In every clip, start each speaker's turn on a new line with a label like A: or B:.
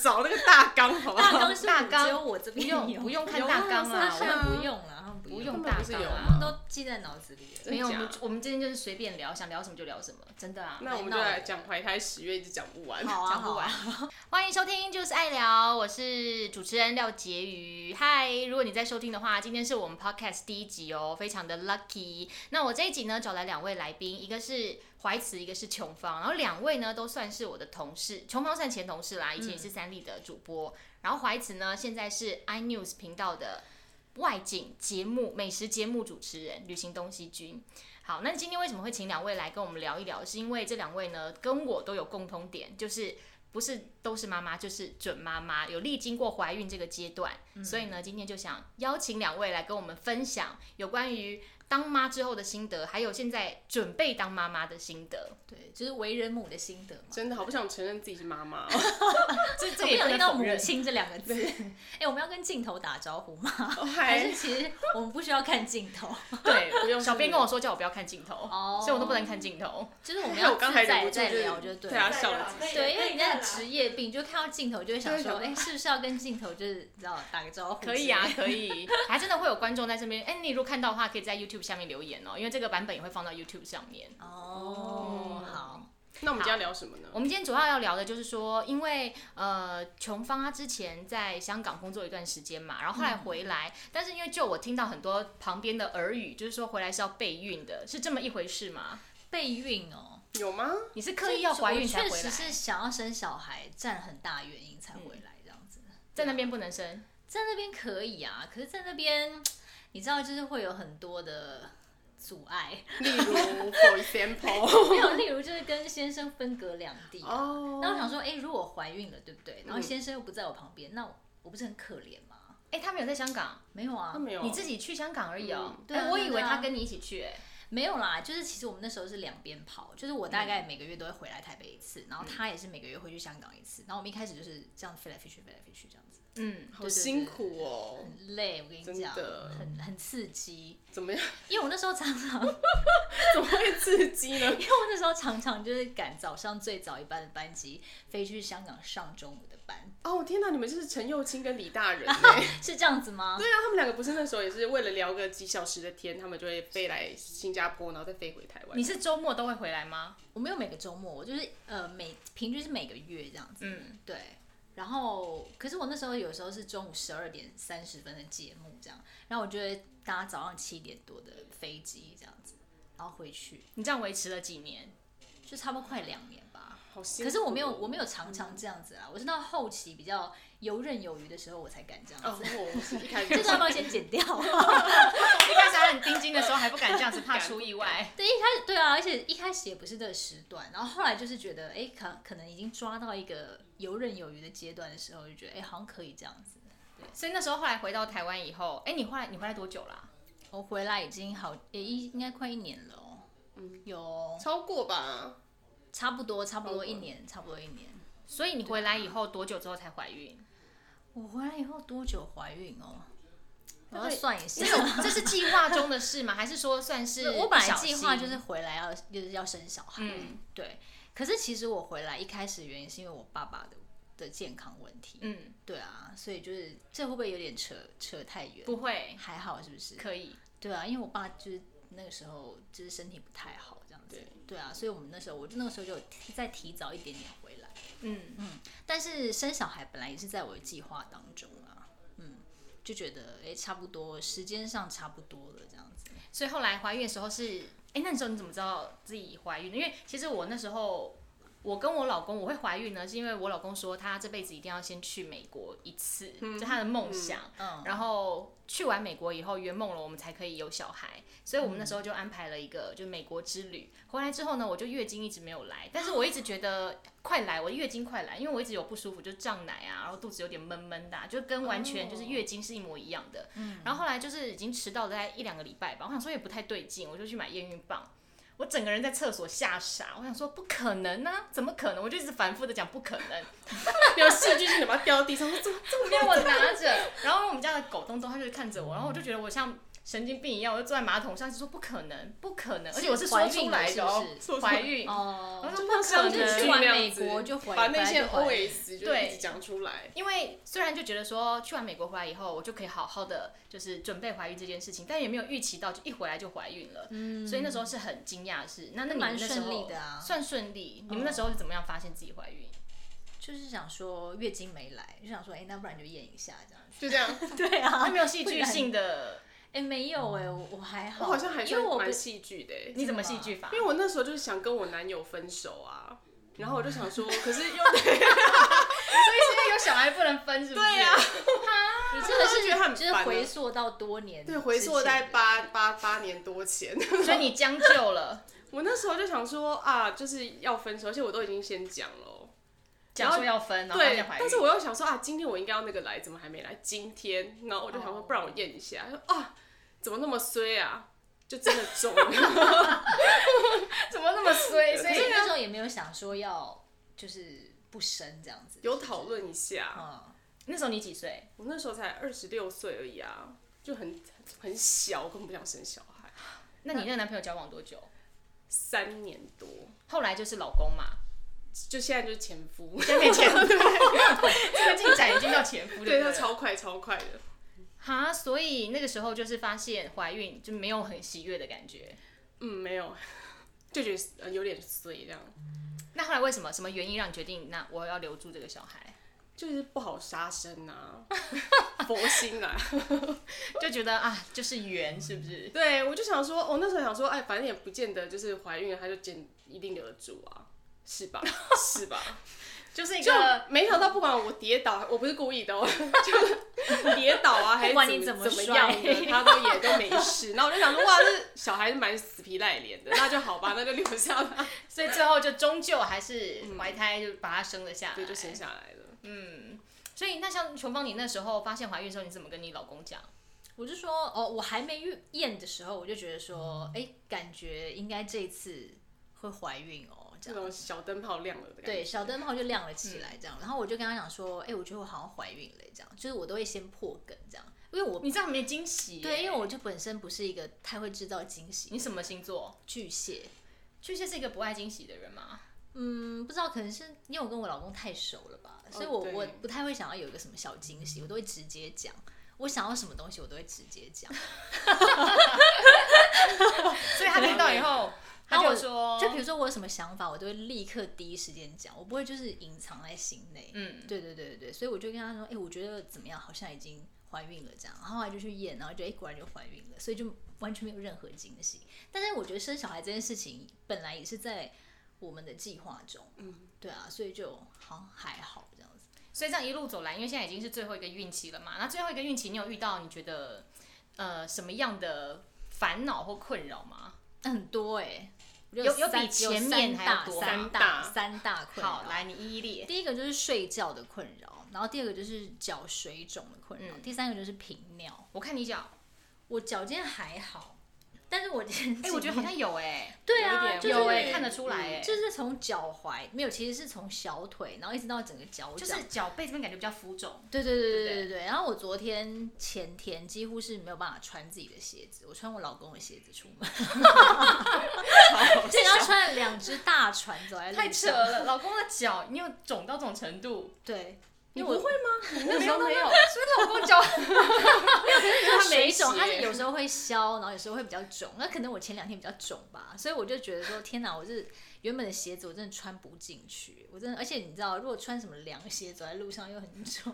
A: 找那个大纲好不
B: 大
A: 好？
B: 纲是
C: 大纲
B: 只有我这
C: 不
B: 边
C: 用
B: 有
C: 不用看
B: 有
C: 大
B: 啊
C: 纲
B: 是
C: 啦
B: 啊他
C: 我
B: 们
A: 们
B: 不用啦，他们不
C: 不
B: 用，
C: 用
A: 根本
C: 大
A: 不是
C: 纲
A: 有
C: 啊
A: 吗
B: 都记在脑子里了。
A: 真
C: 没有，我
A: 假
C: 们我们今天就是随便聊，想聊什么就聊什么，真的啊。
A: 那我们就来讲怀胎十月，一直讲不完。
C: 好啊，
B: 讲
C: 好
B: 不完
C: 啊。欢迎收听，就是爱聊，我是主持人廖杰瑜。嗨，如果你在收听的话，今天是我们 podcast 第一集哦，非常的 lucky。那我这一集呢，找来两位来宾，一个是怀慈，一个是琼芳，然后两位呢都算是我的同事，琼芳算前同事啦，以前也是三立的主播，然后怀慈呢现在是 iNews 频道的。外景节目、美食节目主持人、旅行东西君，好，那今天为什么会请两位来跟我们聊一聊？是因为这两位呢，跟我都有共通点，就是不是都是妈妈，就是准妈妈，有历经过怀孕这个阶段，所以呢，今天就想邀请两位来跟我们分享有关于当妈之后的心得，还有现在准备当妈妈的心得。
B: 对，就是为人母的心得嘛。
A: 真的好不想承认自己是妈妈哦，
B: 这
C: 这
B: 我
C: 也
B: 没有听
C: 不能
B: 到
C: 否
B: 母
C: 认
B: 亲这两个字。 哎、我们要跟镜头打招呼 吗？
A: 哦
B: 还
A: 还
C: 哎
B: 是其实我们不需要看镜头，
C: 对，
A: 不用
C: 小编
A: 是
C: 跟我说叫我不要看镜头，
B: 哦
C: 所以我都不能看镜头。
B: 就是我们
A: 因为
B: 要
A: 我刚
B: 自
A: 才忍
B: 在
A: 不住
B: 再
A: 是
B: 聊就对
A: 对啊，
B: 了。
A: 笑了
D: 了
A: 几
D: 可以
B: 对，因为你那
D: 可以
B: 职业病，就看到镜头就会想说，哎、是不是要跟镜头就是你知道打个招呼？
C: 啊可以啊，，可以， 还真的会有观众在这边。哎、你如果看到的话，可以在 YouTube 下面留言哦，因为这个版本也会放到 YouTube 上面。
B: 哦，好，
A: 那我们今天要聊什么呢？
C: 我们今天主要要聊的就是说，因为呃，琼芳她之前在香港工作一段时间嘛，然后后来回来，但是因为就我听到很多旁边的耳语，就是说回来是要备孕的，是这么一回事吗？
B: 备孕哦，
A: 有吗？
C: 你是刻意要怀孕才
B: 我
C: 回
B: 确实
C: 来？嗯
B: 是想要生小孩，占很大原因才回来这样子。
C: 在那边不能生，
B: 在那边可以啊，可是，在那边你知道，就是会有很多的阻碍，
A: 例如，for example，
B: 没有，例如就是跟先生分隔两地、啊。
A: 哦，
B: 那我想说，哎、如果我怀孕了，对不对？然后
A: 嗯
B: 先生又不在我旁边，那我我不是很可怜吗？
C: 哎、他没有在香港，
B: 没有啊
A: 他，没有，
C: 你自己去香港而已哦
A: 嗯。
B: 对啊
C: 哎我
B: 对啊
C: 以为
B: 对啊
C: 他跟你一起去、哎，
B: 没有啦，就是其实我们那时候是两边跑，就是我大
C: 嗯
B: 概每个月都会回来台北一次，然后他也是每个月会去香港一次，然后我们一开始就是这样飞来飞去，飞来飞去这样子，
C: 嗯，
A: 好辛苦哦，
B: 很累，我跟你
A: 真
B: 讲，
A: 的
B: 很很刺激，
A: 怎么样？
B: 因为我那时候常常
A: 怎么会刺激呢？
B: 因为我那时候常常就是赶早上最早一班的班机飞去香港上中午的班，
A: 哦，天哪，你们就是陈幼卿跟李大人欸
B: 是这样子吗？
A: 对啊，他们两个不是那时候也是为了聊个几小时的天，他们就会飞来新加坡，然后再飞回台湾。
C: 你是周末都会回来吗？
B: 我没有每个周末，我就是呃每平均是每个月这样子。
C: 嗯，
B: 对，然后可是我那时候有时候是中午十二点三十分的节目这样，然后我就会搭早上七点多的飞机这样子，然后回去
C: 你这样维持了几年？
B: 就差不多快两年吧。
A: 好辛苦哦
B: 可是我没有，我没有常常这样子啊，我是到后期比较游刃有余的时候，我才敢这样
A: 哦
B: 子。，
A: 我是一开始
B: 这段要不要先剪掉？
C: 一开始还很盯紧的时候还不敢这样子，怕出意外。
B: 对，一开始对啊，而且一开始也不是这个时段，然后后来就是觉得，哎，可可能已经抓到一个游刃有余的阶段的时候，就觉得，哎，好像可以这样子。
C: 所以那时候后来回到台湾以后，哎、你后来你回来多久啦、
B: 我回来已经好，也一应该快一年了哦，嗯，有
A: 超过吧，
B: 差不多，差不
A: 超
B: 多
A: 过
B: 一年，差不多一年。
C: 所以你回来以后多久之后才怀孕？
B: 我回来以后多久怀孕哦？我
C: 大
B: 要
C: 概
B: 算一下
C: 这。是这是计划中的事吗？还是说算是
B: 我本来
C: 不小
B: 计
C: 心
B: 划就是回来要就是要生小孩，
C: 嗯
B: 对。可是其实我回来一开始的原因是因为我爸爸的的健康问题，
C: 嗯，
B: 对啊，所以就是这会不会有点扯扯太远？哎
C: 不会，
B: 还好是不是？
C: 可以。
B: 对啊，因为我爸就是那个时候就是身体不太好这样子
A: 对。
B: 对啊，所以我们那时候我就那个时候就有提再提早一点点回来，
C: 嗯，
B: 但是生小孩本来也是在我的计划当中啊，嗯，就觉得哎、诶差不多时间上差不多了这样 子。
C: 所以后来怀孕的时候是，哎、那时候你怎么知道自己怀孕的？因为其实我那时候。我跟我老公，我会怀孕呢，是因为我老公说他这辈子一定要先去美国一次，就他的梦想。
B: 嗯，
C: 然后去完美国以后圆梦了，我们才可以有小孩，所以我们那时候就安排了一个就美国之旅。回来之后呢，我就月经一直没有来，但是我一直觉得快来，我的月经快来，因为我一直有不舒服，就胀奶啊，然后肚子有点闷闷的啊、就跟完全就是月经是一模一样的。然后后来就是已经迟到了大概一两个礼拜吧，我想说也不太对劲，我就去买验孕棒。我整个人在厕所吓傻，我想说不可能啊，怎么可能？我就一直反复的讲不可能，
A: 有戏剧性的把它掉到地上，说怎么这么
C: 因为我拿着，然后我们家的狗东东它就是看着我，然后我就觉得我像神经病一样，我就坐在马桶上，就说不可能，不可能，而且我是说
B: 怀孕了
C: 出来的哦
B: 是不，是
A: 说出来
C: 怀孕，
B: 哦，
C: 我说
A: 不可
B: 我
A: 能
B: 就去完美国就回
A: 把那些
B: 回来就回
A: OS 就一直讲出来，
C: 因为虽然就觉得说去完美国回来以后，我就可以好好的就是准备怀孕这件事情，但也没有预期到，就一回来就怀孕了，
B: 嗯
C: 所以那时候是很惊讶的事。那那你们
B: 蛮
C: 那时
B: 顺利
C: 候
B: 的啊，
C: 算顺利，你们那时候是怎么样发现自己怀孕？
B: 就是想说月经没来，就想说哎、那不然就验一下这样
A: 就这样。
B: 子。对啊
C: 它，没有戏剧性 的，
B: 哎、没有哎、我我还
A: 我
B: 好，
A: 好像还
B: 因为
A: 算
B: 我不
A: 蛮戏剧的欸，
C: 你怎么戏剧法
A: 因？为我那时候就是想跟我男友分手啊，然后我就想 说，可是又
C: 所以是因为有小孩不能分，是不是？
A: 对呀
B: 你真的
A: 我就觉得很
B: 是就是
A: 烦啊
B: 回溯到多年之
A: 对
B: 前的，
A: 回溯在八八八年多前，
C: 所以你将就 了，
A: 我那时候就想说啊，就是要分手，而且我都已经先讲了哦。
C: 讲说要分，然后发
A: 对
C: 现，怀孕
A: 但。是我又想说啊，今天我应该要那个来，怎么还没来？今天，然后我就想说，
B: 哦
A: 不然我验一下。说啊，怎么那么衰啊？就真的中了。
C: 怎么那么 衰？所
B: 可是
C: 以
A: 啊
B: 那时候也没有想说要就是不生这样子，
A: 有讨论一下，
B: 嗯，
C: 那时候你几岁？
A: 我那时候才二十六岁而已啊，就很很小，我根本不想生小孩。
C: 那你那个男朋友交往多久？
A: 三年多，
C: 后来就是老公嘛，
A: 就现在就是前夫，
C: 先变前 夫，这个进展已经到前夫了。
A: 对，
C: 不
A: 他超快超快的。
C: 哈，所以那个时候就是发现怀孕就没有很喜悦的感觉。
A: 嗯，没有，就觉得呃有点衰这样，
C: 那后来为什么？什么原因让你决定？那我要留住这个小孩，
A: 就是不好杀生啊，佛心啊。
C: 就觉得啊，就是缘，是不是？
A: 对，我就想说，我、那时候想说，哎，反正也不见得就是怀孕了，他就见一定留得住啊，是吧？是吧？
C: 就是一
A: 就
C: 个
A: 没想到，不管我跌倒，我不是故意的，我哦就是跌倒啊，还
B: 不管你
A: 是怎么
B: 怎么
A: 怎么样的，
B: 摔
A: 他都也都没事。然后我就想说，哇，这小孩子蛮死皮赖脸的，那就好吧，那就留下吧，
C: 所以最后就终究还是
B: 嗯
C: 怀胎，就把他生了下来。
A: 对，就生下来了。
C: 嗯，所以那像琼芳，你那时候发现怀孕的时候，你怎么跟你老公讲？
B: 我就说哦，我还没验验的时候，我就觉得说，哎、感觉应该这一次会怀孕哦，这
A: 这
B: 样。
A: 种小灯泡亮了的感觉。
B: 对，小灯泡就亮了起
A: 嗯
B: 来，这样。然后我就跟他讲说，哎、我觉得我好像怀孕了，欸这样。就是我都会先破梗，这样，因为我
C: 你这样没惊喜耶。
B: 对，因为我就本身不是一个太会制造惊喜，
C: 你什么星座？
B: 巨蟹。
C: 巨蟹是一个不爱惊喜的人吗？
B: 嗯，不知道，可能是因为我跟我老公太熟了吧，所以我、
A: 对
B: 我不太会想要有一个什么小惊喜，我都会直接讲。我想要什么东西，我都会直接讲。
C: 所以他听到以后，他
B: 然后
C: 就
B: 我
C: 说，
B: 就比如说我有什么想法，我都会立刻第一时间讲，我不会就是隐藏在心内。
C: 嗯，
B: 对对对对对，所以我就跟他说，哎、我觉得怎么样，好像已经怀孕了这样，然后后来就去验，然后就哎、果然就怀孕了，所以就完全没有任何惊喜。但是我觉得生小孩这件事情本来也是在我们的计划中，嗯，对啊，所以就好像还好这样子。
C: 所以这样一路走来，因为现在已经是最后一个孕期了嘛，那最后一个孕期你有遇到你觉得呃什么样的烦恼或困扰吗？
B: 很多哎、我觉得
C: 有有
B: 三
C: 比前面
B: 有
C: 还要多
B: 三
A: 三
B: 大
A: 大
B: 三大困扰。
C: 好，来你一一列。
B: 第一个就是睡觉的困扰，然后第二个就是脚水肿的困扰，
C: 嗯
B: 第三个就是频尿。
C: 我看你脚，
B: 我脚尖还好，但是我今天
C: 哎、我觉得好像有哎、
B: 对啊，
A: 有一点
B: 就是嗯
C: 有哎、
A: 欸
C: 看得出来哎、
B: 就是从脚踝没有，其实是从小腿，然后一直到整个脚
C: 就
B: 掌。
C: 是脚背这边感觉比较浮肿，
B: 对对对对
C: 对
B: 对对。然后我昨天前天几乎是没有办法穿自己的鞋子，我穿我老公的鞋子出门， 对，然后穿了两只大船走在路上。
C: 太扯了。老公的脚，你有肿到这种程度？
B: 对，
A: 你
B: 因
A: 不
B: 为
A: 会
B: 我
A: 吗？你那时候没有，
C: 所以老公脚
B: 它水
A: 水
B: 肿，
A: 洗
B: 它是有时候会消，然后有时候会比较肿。那可能我前两天比较肿吧，所以我就觉得说，天哪，我是原本的鞋子我真的穿不进去，我真的，而且你知道，如果穿什么凉鞋走在路上又很肿，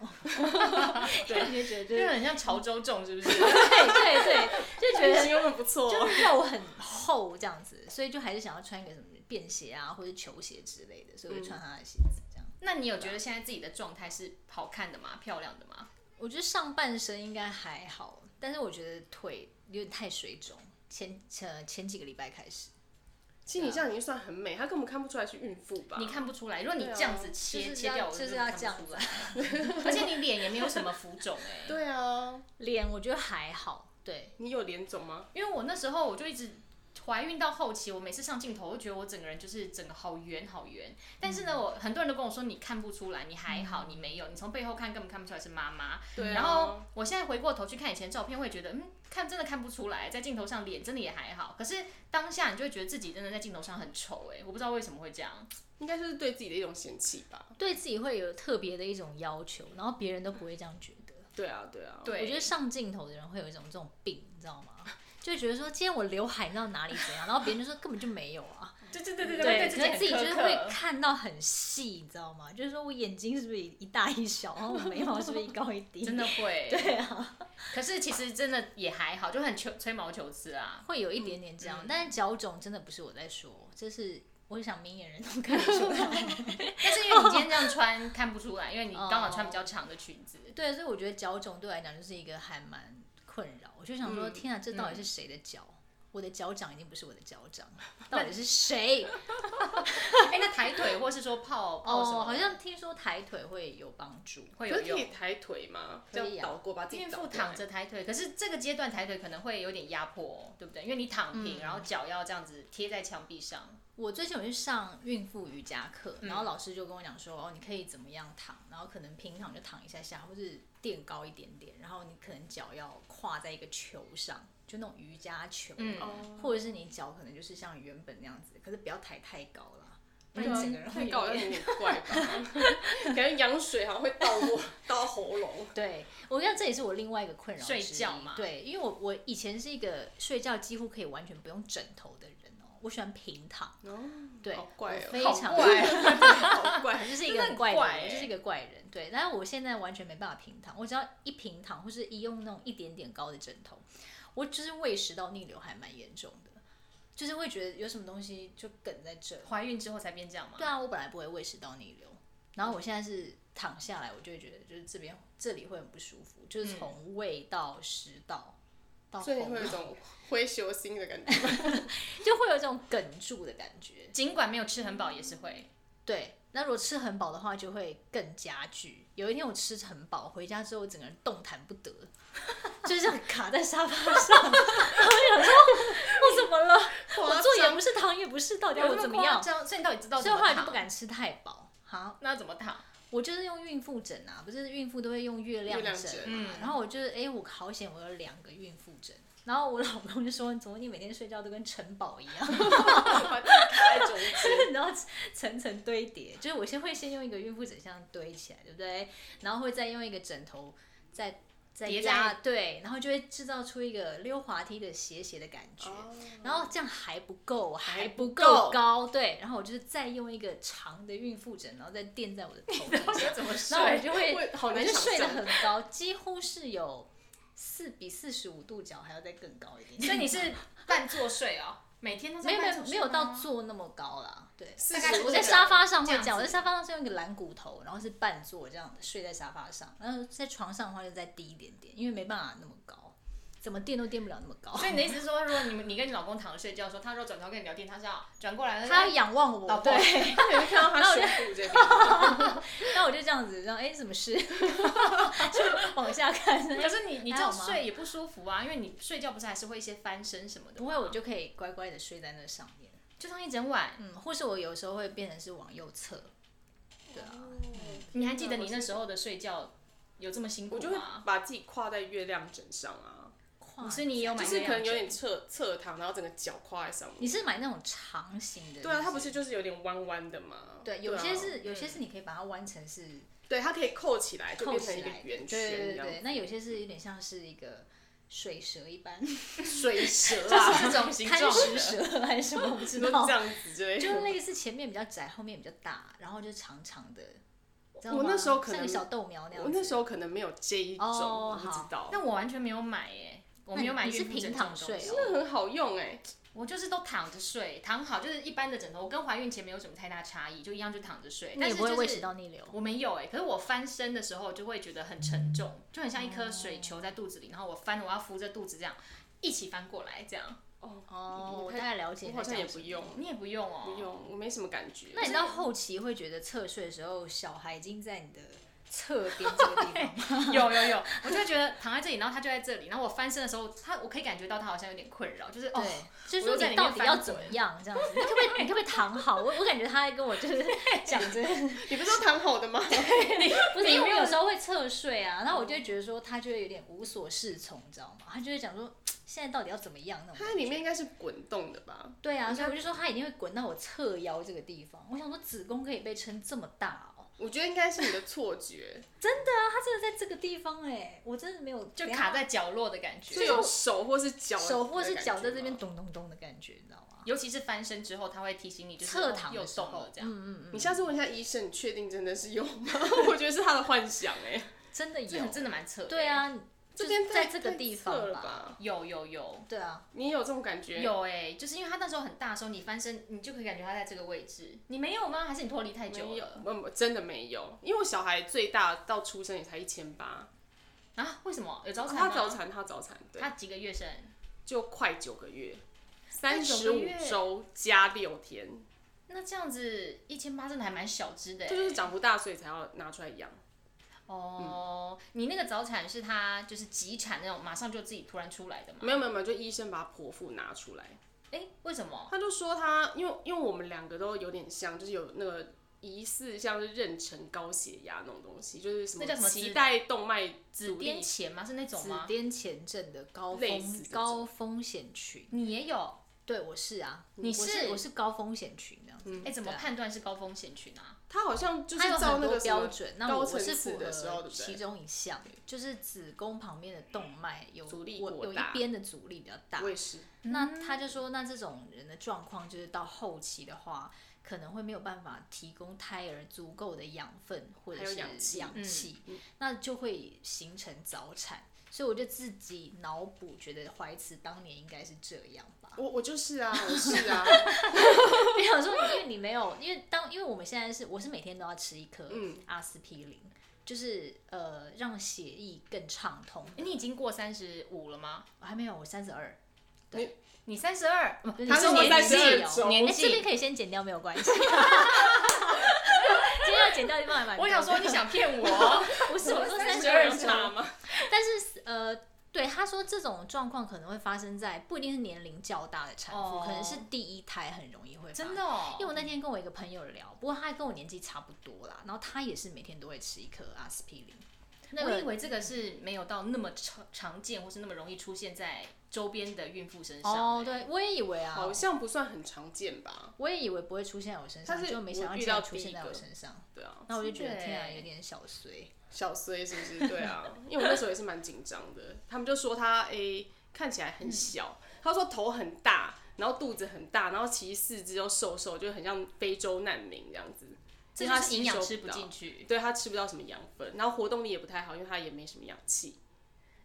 B: 对，你就觉得就
C: 就是
B: 是
C: 很像潮州粽，是不是？
B: 对对对，就觉
A: 你
B: 得
A: 形容的不错哦。
B: 就是肉很厚这样子，所以就还是想要穿一个什么便鞋啊，或者球鞋之类的，所以我就穿他的鞋子这样。
C: 那你有觉得现在自己的状态是好看的吗？漂亮的吗？
B: 我觉得上半身应该还好，但是我觉得腿有点太水肿，前前前几个礼拜开始。
A: 其实你这样已经算很美，他根本看不出来是孕妇吧？
C: 你看不出来，如果你
A: 对啊
C: 这样子
B: 就
C: 切、
B: 是
C: 切
B: 要
C: 掉，我
B: 就是
C: 真的
B: 要
C: 看
B: 这样
C: 不出
B: 子
C: 来，而且你脸也没有什么浮肿哎、
A: 对啊，
B: 脸我觉得还好，对，
A: 你有脸肿吗？
C: 因为我那时候我就一直怀孕到后期，我每次上镜头，我就觉得我整个人就是整个好圆好圆。但是
B: 嗯
C: 呢，我很多人都跟我说你看不出来，你还好，你没有，你从背后看根本看不出来是妈妈。
A: 对啊
C: 然后我现在回过头去看以前照片，会觉得嗯，看真的看不出来，在镜头上脸真的也还好。可是当下你就会觉得自己真的在镜头上很丑哎、我不知道为什么会这
B: 哦
C: 样。
A: 应该就是对自己的一种嫌弃吧。
B: 对自己会有特别的一种要求，然后别人都不会这样觉得。
A: 对啊，对啊，
C: 对，
B: 我觉得上镜头的人会有一种这种病，你知道吗？就会觉得说今天我刘海到哪里怎样，然后别人就说根本就没有啊。
C: 对对对对
B: 对，
C: 对
B: 可是自己就
C: 很
B: 是
C: 苛
B: 会
C: 刻
B: 看到很细，你知道吗？就是说我眼睛是不是一大一小，然后我眉毛是不是一高一低，
C: 真的会。
B: 对啊，
C: 可是其实真的也还好，就很求吹毛求疵啊。
B: 会有一点点这样。但是脚肿真的不是我在说，这是我想明眼人都看得出来。
C: 但是因为你今天这样穿看不出来，因为你刚好穿比较长的 裙子。
B: 对，所以我觉得脚肿对我来讲就是一个还蛮困扰。我就想说，
A: 嗯
B: 天啊，这到底是谁的脚？我的脚掌已经不是我的脚掌，到底是谁？
C: 哎、那抬腿或是说泡泡什么的？
B: 哦，好像听说抬腿会有帮助。
C: 会
A: 可
C: 有
A: 是可以
C: 用。
A: 抬腿吗？
B: 可
A: 这
B: 以啊
A: 样倒过把自己
C: 孕
A: 倒
C: 妇
A: 过来哦
C: 躺着抬腿，可是这个阶段抬腿可能会有点压迫、哦，对不对？因为你躺平，
B: 嗯
C: 然后脚要这样子贴在墙壁上。
B: 我最近有去上孕妇瑜伽课，然后老师就跟我讲说，哦，你可以怎么样躺，然后可能平躺就躺一下下，或是垫高一点点，然后你可能脚要跨在一个球上，就那种瑜伽球，啊
C: 嗯
A: 哦，
B: 或者是你脚可能就是像原本那样子，可是不要抬太高啦，不然
A: 对啊
B: 你整个人
A: 太
B: 会
A: 高有
B: 有点
A: 点 怪吧，感觉羊水好像会倒过到喉咙。
B: 对，我跟你讲，这也是我另外一个困扰之一。
C: 睡觉嘛
B: 对，因为我我以前是一个睡觉几乎可以完全不用枕头的人哦，我喜欢平躺， 对，
A: 好怪哦
B: 我非
C: 好
B: 常
C: 怪
A: 好怪，
B: 就是一
C: 真
B: 个
C: 的
B: 很
C: 很
B: 怪
C: 怪
B: 的人，
C: 欸
B: 就是一个怪人。对，但是我现在完全没办法平躺，我只要一平躺或是一用那种一点点高的枕头，我就是胃食道逆流还蛮严重的，就是会觉得有什么东西就梗在这。
C: 怀孕之后才变这样嘛？
B: 对啊，我本来不会胃食道逆流，然后我现在是躺下来，我就会觉得就是这边这里会很不舒服，就是从胃到食道到
A: 嗯
B: 喉
A: 所以会有一
B: 咙，
A: 种灰球心的感 觉。
B: 就会有这种梗住的感觉。
C: 尽管没有吃很饱也是
B: 嗯
C: 会。
B: 对，那如果吃很饱的话，就会更加剧。有一天我吃很饱，回家之后我整个人动弹不 得，就是这样卡在沙发上，然后我想说哦我怎么了？ 我坐也不是，躺也不是，到底要我怎么样？
C: 这样，所以你到底知道
B: 所以
C: 怎么
B: 后来
C: 躺？
B: 就不敢吃太饱。好，
C: 那要怎么 躺？
B: 我就是用孕妇枕啊，不是孕妇都会用月亮
A: 月
B: 枕
A: 亮
B: 嘛。
A: 枕
C: 嗯
B: 然后我就是，哎、我好险，我有两个孕妇枕。然后我老公就说：“怎么你每天睡觉都跟城堡一样，
A: 把自己卡在中 间。
B: 然后层层堆叠？就是我先会先用一个孕妇枕像堆起来，对不对？然后会再用一个枕头再再
C: 叠
B: 压，对，然后就会制造出一个溜滑梯的斜斜的感觉。
A: 哦
B: 然后这样还不够，还不够
C: 够
B: 高，对。然后我就是再用一个长的孕妇枕，然后再垫在我的头 顶上，
C: 你要怎么睡
B: 然？后我就会
A: 会，好难
B: 我就
A: 想
B: 睡得
A: 象
B: 很高，几乎是有四比四十五度角还要再更高一点点。
C: 所以你是半坐睡哦，每天都在
B: 没有没
C: 半
B: 有
C: 坐睡
B: 没有到
C: 吗
B: 坐那 么高啦，对。
A: 四
C: 大概
A: 十
C: 是
B: 我
A: 度
B: 在
A: 的
B: 沙发上会
C: 这样
B: 这样，我
C: 子
B: 在沙发上是用一个蓝骨头，然后是半坐这样睡在沙发上，然后在床上的话就再低一点点，因为没办法那么高，怎么垫都垫不了那么高。
C: 所以你的意思是说，如果你们你跟你老公躺着睡觉的时候，他如果转头跟你聊天，他是要转过来，
B: 他要仰望我，
C: 老婆
B: 对，
A: 那你会看到他胸部这 边，
B: 那我就这样子，这样哎，什么事？ 就往下看，
C: 可是你你这
B: 还好
C: 样
B: 吗
C: 睡也不舒服啊，因为你睡觉不是还是会一些翻身什么的吗，
B: 不会，我就可以乖乖的睡在那上面。
C: 就上一整晚。
B: 嗯，或是我有时候会变成是往右侧，对啊，
C: 你还记得你那时候的睡觉有这么辛苦
A: 我就会
C: 吗？
A: 把自己跨在月亮枕上啊，
B: 跨
C: 所以你也有买
A: 就
C: 那
A: 是可能
C: 样
A: 有
C: 枕
A: 点侧侧躺，然后整个脚跨在上面。
B: 你是买那种长型的？
A: 对啊，它
B: 它
A: 不是就是有点弯弯的吗？
B: 对，有
A: 啊
B: 些是有些是你可以把它弯成是
A: 对，它可以扣起来，就
B: 扣
A: 变成
B: 起
A: 一个
B: 来的，对
A: 圆
B: 对
A: 圈一
B: 对
A: 样。
B: 对。那有些是有点像是一个水蛇 一般，
A: 水蛇
C: 就
A: 啊，
C: 是这种形
B: 贪
C: 状
B: 食
C: 的，
B: 蛇还是什么，我不知
A: 你说
B: 道
A: 这。样哎子之类
B: 就
A: 的。
B: 类似前面比较窄，后面比较大，然后就长长的，知道
A: 我那
B: 吗
A: 时候可
B: 像个
A: 能
B: 小豆苗那样子。
A: 我那时候可能没有这一种，
B: 哦
A: 我不知道。
C: 但我完全没有买耶、我没有买
B: 那你
C: 孕妇
B: 你是
C: 枕
B: 平
C: 这种
B: 躺
C: 东
B: 睡
C: 西
B: 哦，
A: 那很好用哎、
C: 我就是都躺着睡，躺好就是一般的枕头，我跟怀孕前没有什么太大差异，就一样就躺着睡，
B: 你
C: 但
B: 也
C: 是
B: 不会
C: 就
B: 胃食
C: 是
B: 道逆流。
C: 我没有哎、可是我翻身的时候就会觉得很沉重，就很像一颗
B: 哦
C: 水球在肚子里，然后我翻，我要扶着肚子这样一起翻过来，这样
B: 哦，
A: 你
B: 我
A: 看
B: 大概了解
A: 我
B: 你
A: 好
B: 在
A: 像也
B: 讲什么。
A: 不用，
C: 你也不用哦、
A: 不用，我没什么感觉。
B: 那你到后期会觉得侧睡的时候，小孩已经在你的侧边 这个地方吗，
C: 有有有，我就会觉得躺在这里，然后他就在这里，然后我翻身的时候，他我可以感觉到他好像有点困扰，就是哦，
B: 对，就是说
C: 我又在
B: 你
C: 里
B: 到
C: 面
B: 底
C: 翻
B: 要
C: 滚
B: 怎么样这样子？你可不可以，你可不可以躺好？我我感觉他在跟我就是 讲这个，
A: 你不是说躺好的吗？
B: 不是因为我有时候会侧睡啊，然后我就会觉得说他就会有点无所适从，你知道吗？他就会讲说现在到底要怎么样那种
A: 它
B: 感
A: 里
B: 觉。
A: 面应该是滚动的吧？
B: 对啊，
A: 应
B: 所以
A: 该
B: 我就说他一定会滚到我侧腰这个地方。我想说子宫可以被撑这么大哦，
A: 我觉得应该是你的错 觉，
B: 那他真的在这个地方哎、我真的没有
C: 就
B: 等一下
C: 卡在角落的感
A: 就
C: 觉。
A: 有手或是脚的感觉吗，嗯
B: 手或是脚在这边咚咚咚的感觉，你知道吗？
C: 尤其是翻身之后，他会提醒你，就是
B: 侧
C: 哦
B: 躺的
C: 又
B: 时
C: 动
B: 候
C: 了这
A: 嗯
C: 样。
B: 嗯
A: 你下次问一下医生，你确定真的是有吗？ 我觉得是他的幻想哎、
B: 真的
C: 这
B: 有
C: 很，真的蛮侧的。
B: 对，啊，
A: 这
B: 就
A: 边
B: 是在
A: 太
B: 这个
A: 太
B: 地
A: 侧
B: 方
A: 了
B: 吧，
A: 吧？
C: 有有有
B: 对啊，
A: 你也有这种感觉？
C: 有哎、就是因为他那时候很大的时候，你翻身你就可以感觉他在这个位置。你没有吗？还是你脱离太久
A: 没有
C: 了？
A: 嗯，真的没有，因为我小孩最大到出生也才一千八，
C: 啊？为什么有早产
A: 他
C: 吗？
A: 早产，他早产，对，
C: 他几个月生？
A: 就快九个月，
C: 快
A: 三十
C: 九个
A: 五
C: 月
A: 周加六天，
C: 那这样子一千八真的还蛮小只的、欸。
A: 这就是长不大所以才要拿出来养。
C: 哦，你那个早产是他就是急产那种，马上就自己突然出来的吗？
A: 没有没有没有，就医生把剖腹拿出来，
C: 哎、为什么？
A: 他就说他因为因为我们两个都有点像，就是有那个疑似像是妊娠高血压那种东西，就是什么
C: 那叫什么
A: 脐
C: 子
A: 带动脉
C: 紫
A: 阻
C: 癜
A: 力，
C: 前吗？是那种
B: 紫
C: 吗？
B: 癜前症的高
A: 类似
B: 风
A: 这种
B: 高风险群。
C: 你也有？
B: 对，我是啊，
C: 你
B: 我是
C: 是
B: 我是高风险群这样子。
C: 哎、怎么
B: 对啊
C: 判断是高风险群啊？
A: 他好像就是
B: 它有
A: 照
B: 很
A: 那
B: 多
A: 个什么
B: 标准，那我
A: 高
B: 我
A: 层
B: 是
A: 次
B: 符合
A: 的时候，对不
B: 其
A: 对？
B: 中一项，就是子宫旁边的动脉有
A: 阻力
B: 我
A: 过
B: 有一
A: 大
B: 边的阻力比较大
A: 我。也嗯是，
B: 那他就说，那这种人的状况就是到后期的话，可能会没有办法提供胎儿足够的养分或者
A: 还有
B: 是
A: 氧气嗯
B: 氧气，那就会形成早产。所以我就自己脑补，觉得怀慈当年应该是这样吧。
A: 我我就是啊，我是啊，
B: 没有说，因为你没有，因为当因为我们现在是我是每天都要吃一颗
A: 嗯
B: 阿司匹林，就是呃让血液更畅通。
C: 诶你已经过三十五了吗？
B: 我还没有，我三十二，
C: 你三十二，不
B: 你
A: 他
B: 是
A: 说我
B: 年纪
A: 32
B: 哦
A: 周
B: 哎
C: 年
B: 这边
C: 纪。
B: 可以先剪掉，没有关 系。今天要剪掉的地方还蛮多
C: 我
B: 的。
C: 想说，你想骗我？
B: 不 是我说三十
A: 32
B: 二
A: 是
B: 周，
A: 他吗？
B: 但是呃，对他说这种状况可能会发生在不一定是年龄较大的产妇，
C: 哦
B: 可能是第一胎很容易会发生
C: 真的、哦？
B: 因为我那天跟我一个朋友聊，不过他跟我年纪差不多啦，然后他也是每天都会吃一颗阿司匹林。那
C: 我以
B: 个
C: 为这个是没有到那么常常见，或是那么容易出现在周边的孕妇身上、欸
B: 哦，对，我也以为啊，
A: 好像不算很常见吧？
B: 我也以为不会出现在我身
A: 但
B: 上，
A: 是
B: 就没想
A: 我遇
B: 竟然
A: 到
B: 出
A: 第一
B: 现在
A: 个
B: 我身上。
A: 对啊，
B: 那我就觉得
C: 真的
B: 天啊，
C: 欸
B: 有点小衰。
A: 小衰是不是？对啊，因为我那时候也是蛮紧张的。他们就说他诶、看起来
C: 嗯
A: 很小，他说头很大，然后肚子很大，然后其实四肢又瘦瘦，就很像非洲难民这样子。
C: 这
A: 因为
C: 就
A: 他
C: 是
A: 吸
C: 营养
A: 收
C: 吃不
A: 到
C: 进去。
A: 对他吃不到什么养分，然后活动力也不太好，因为他也没什么氧气。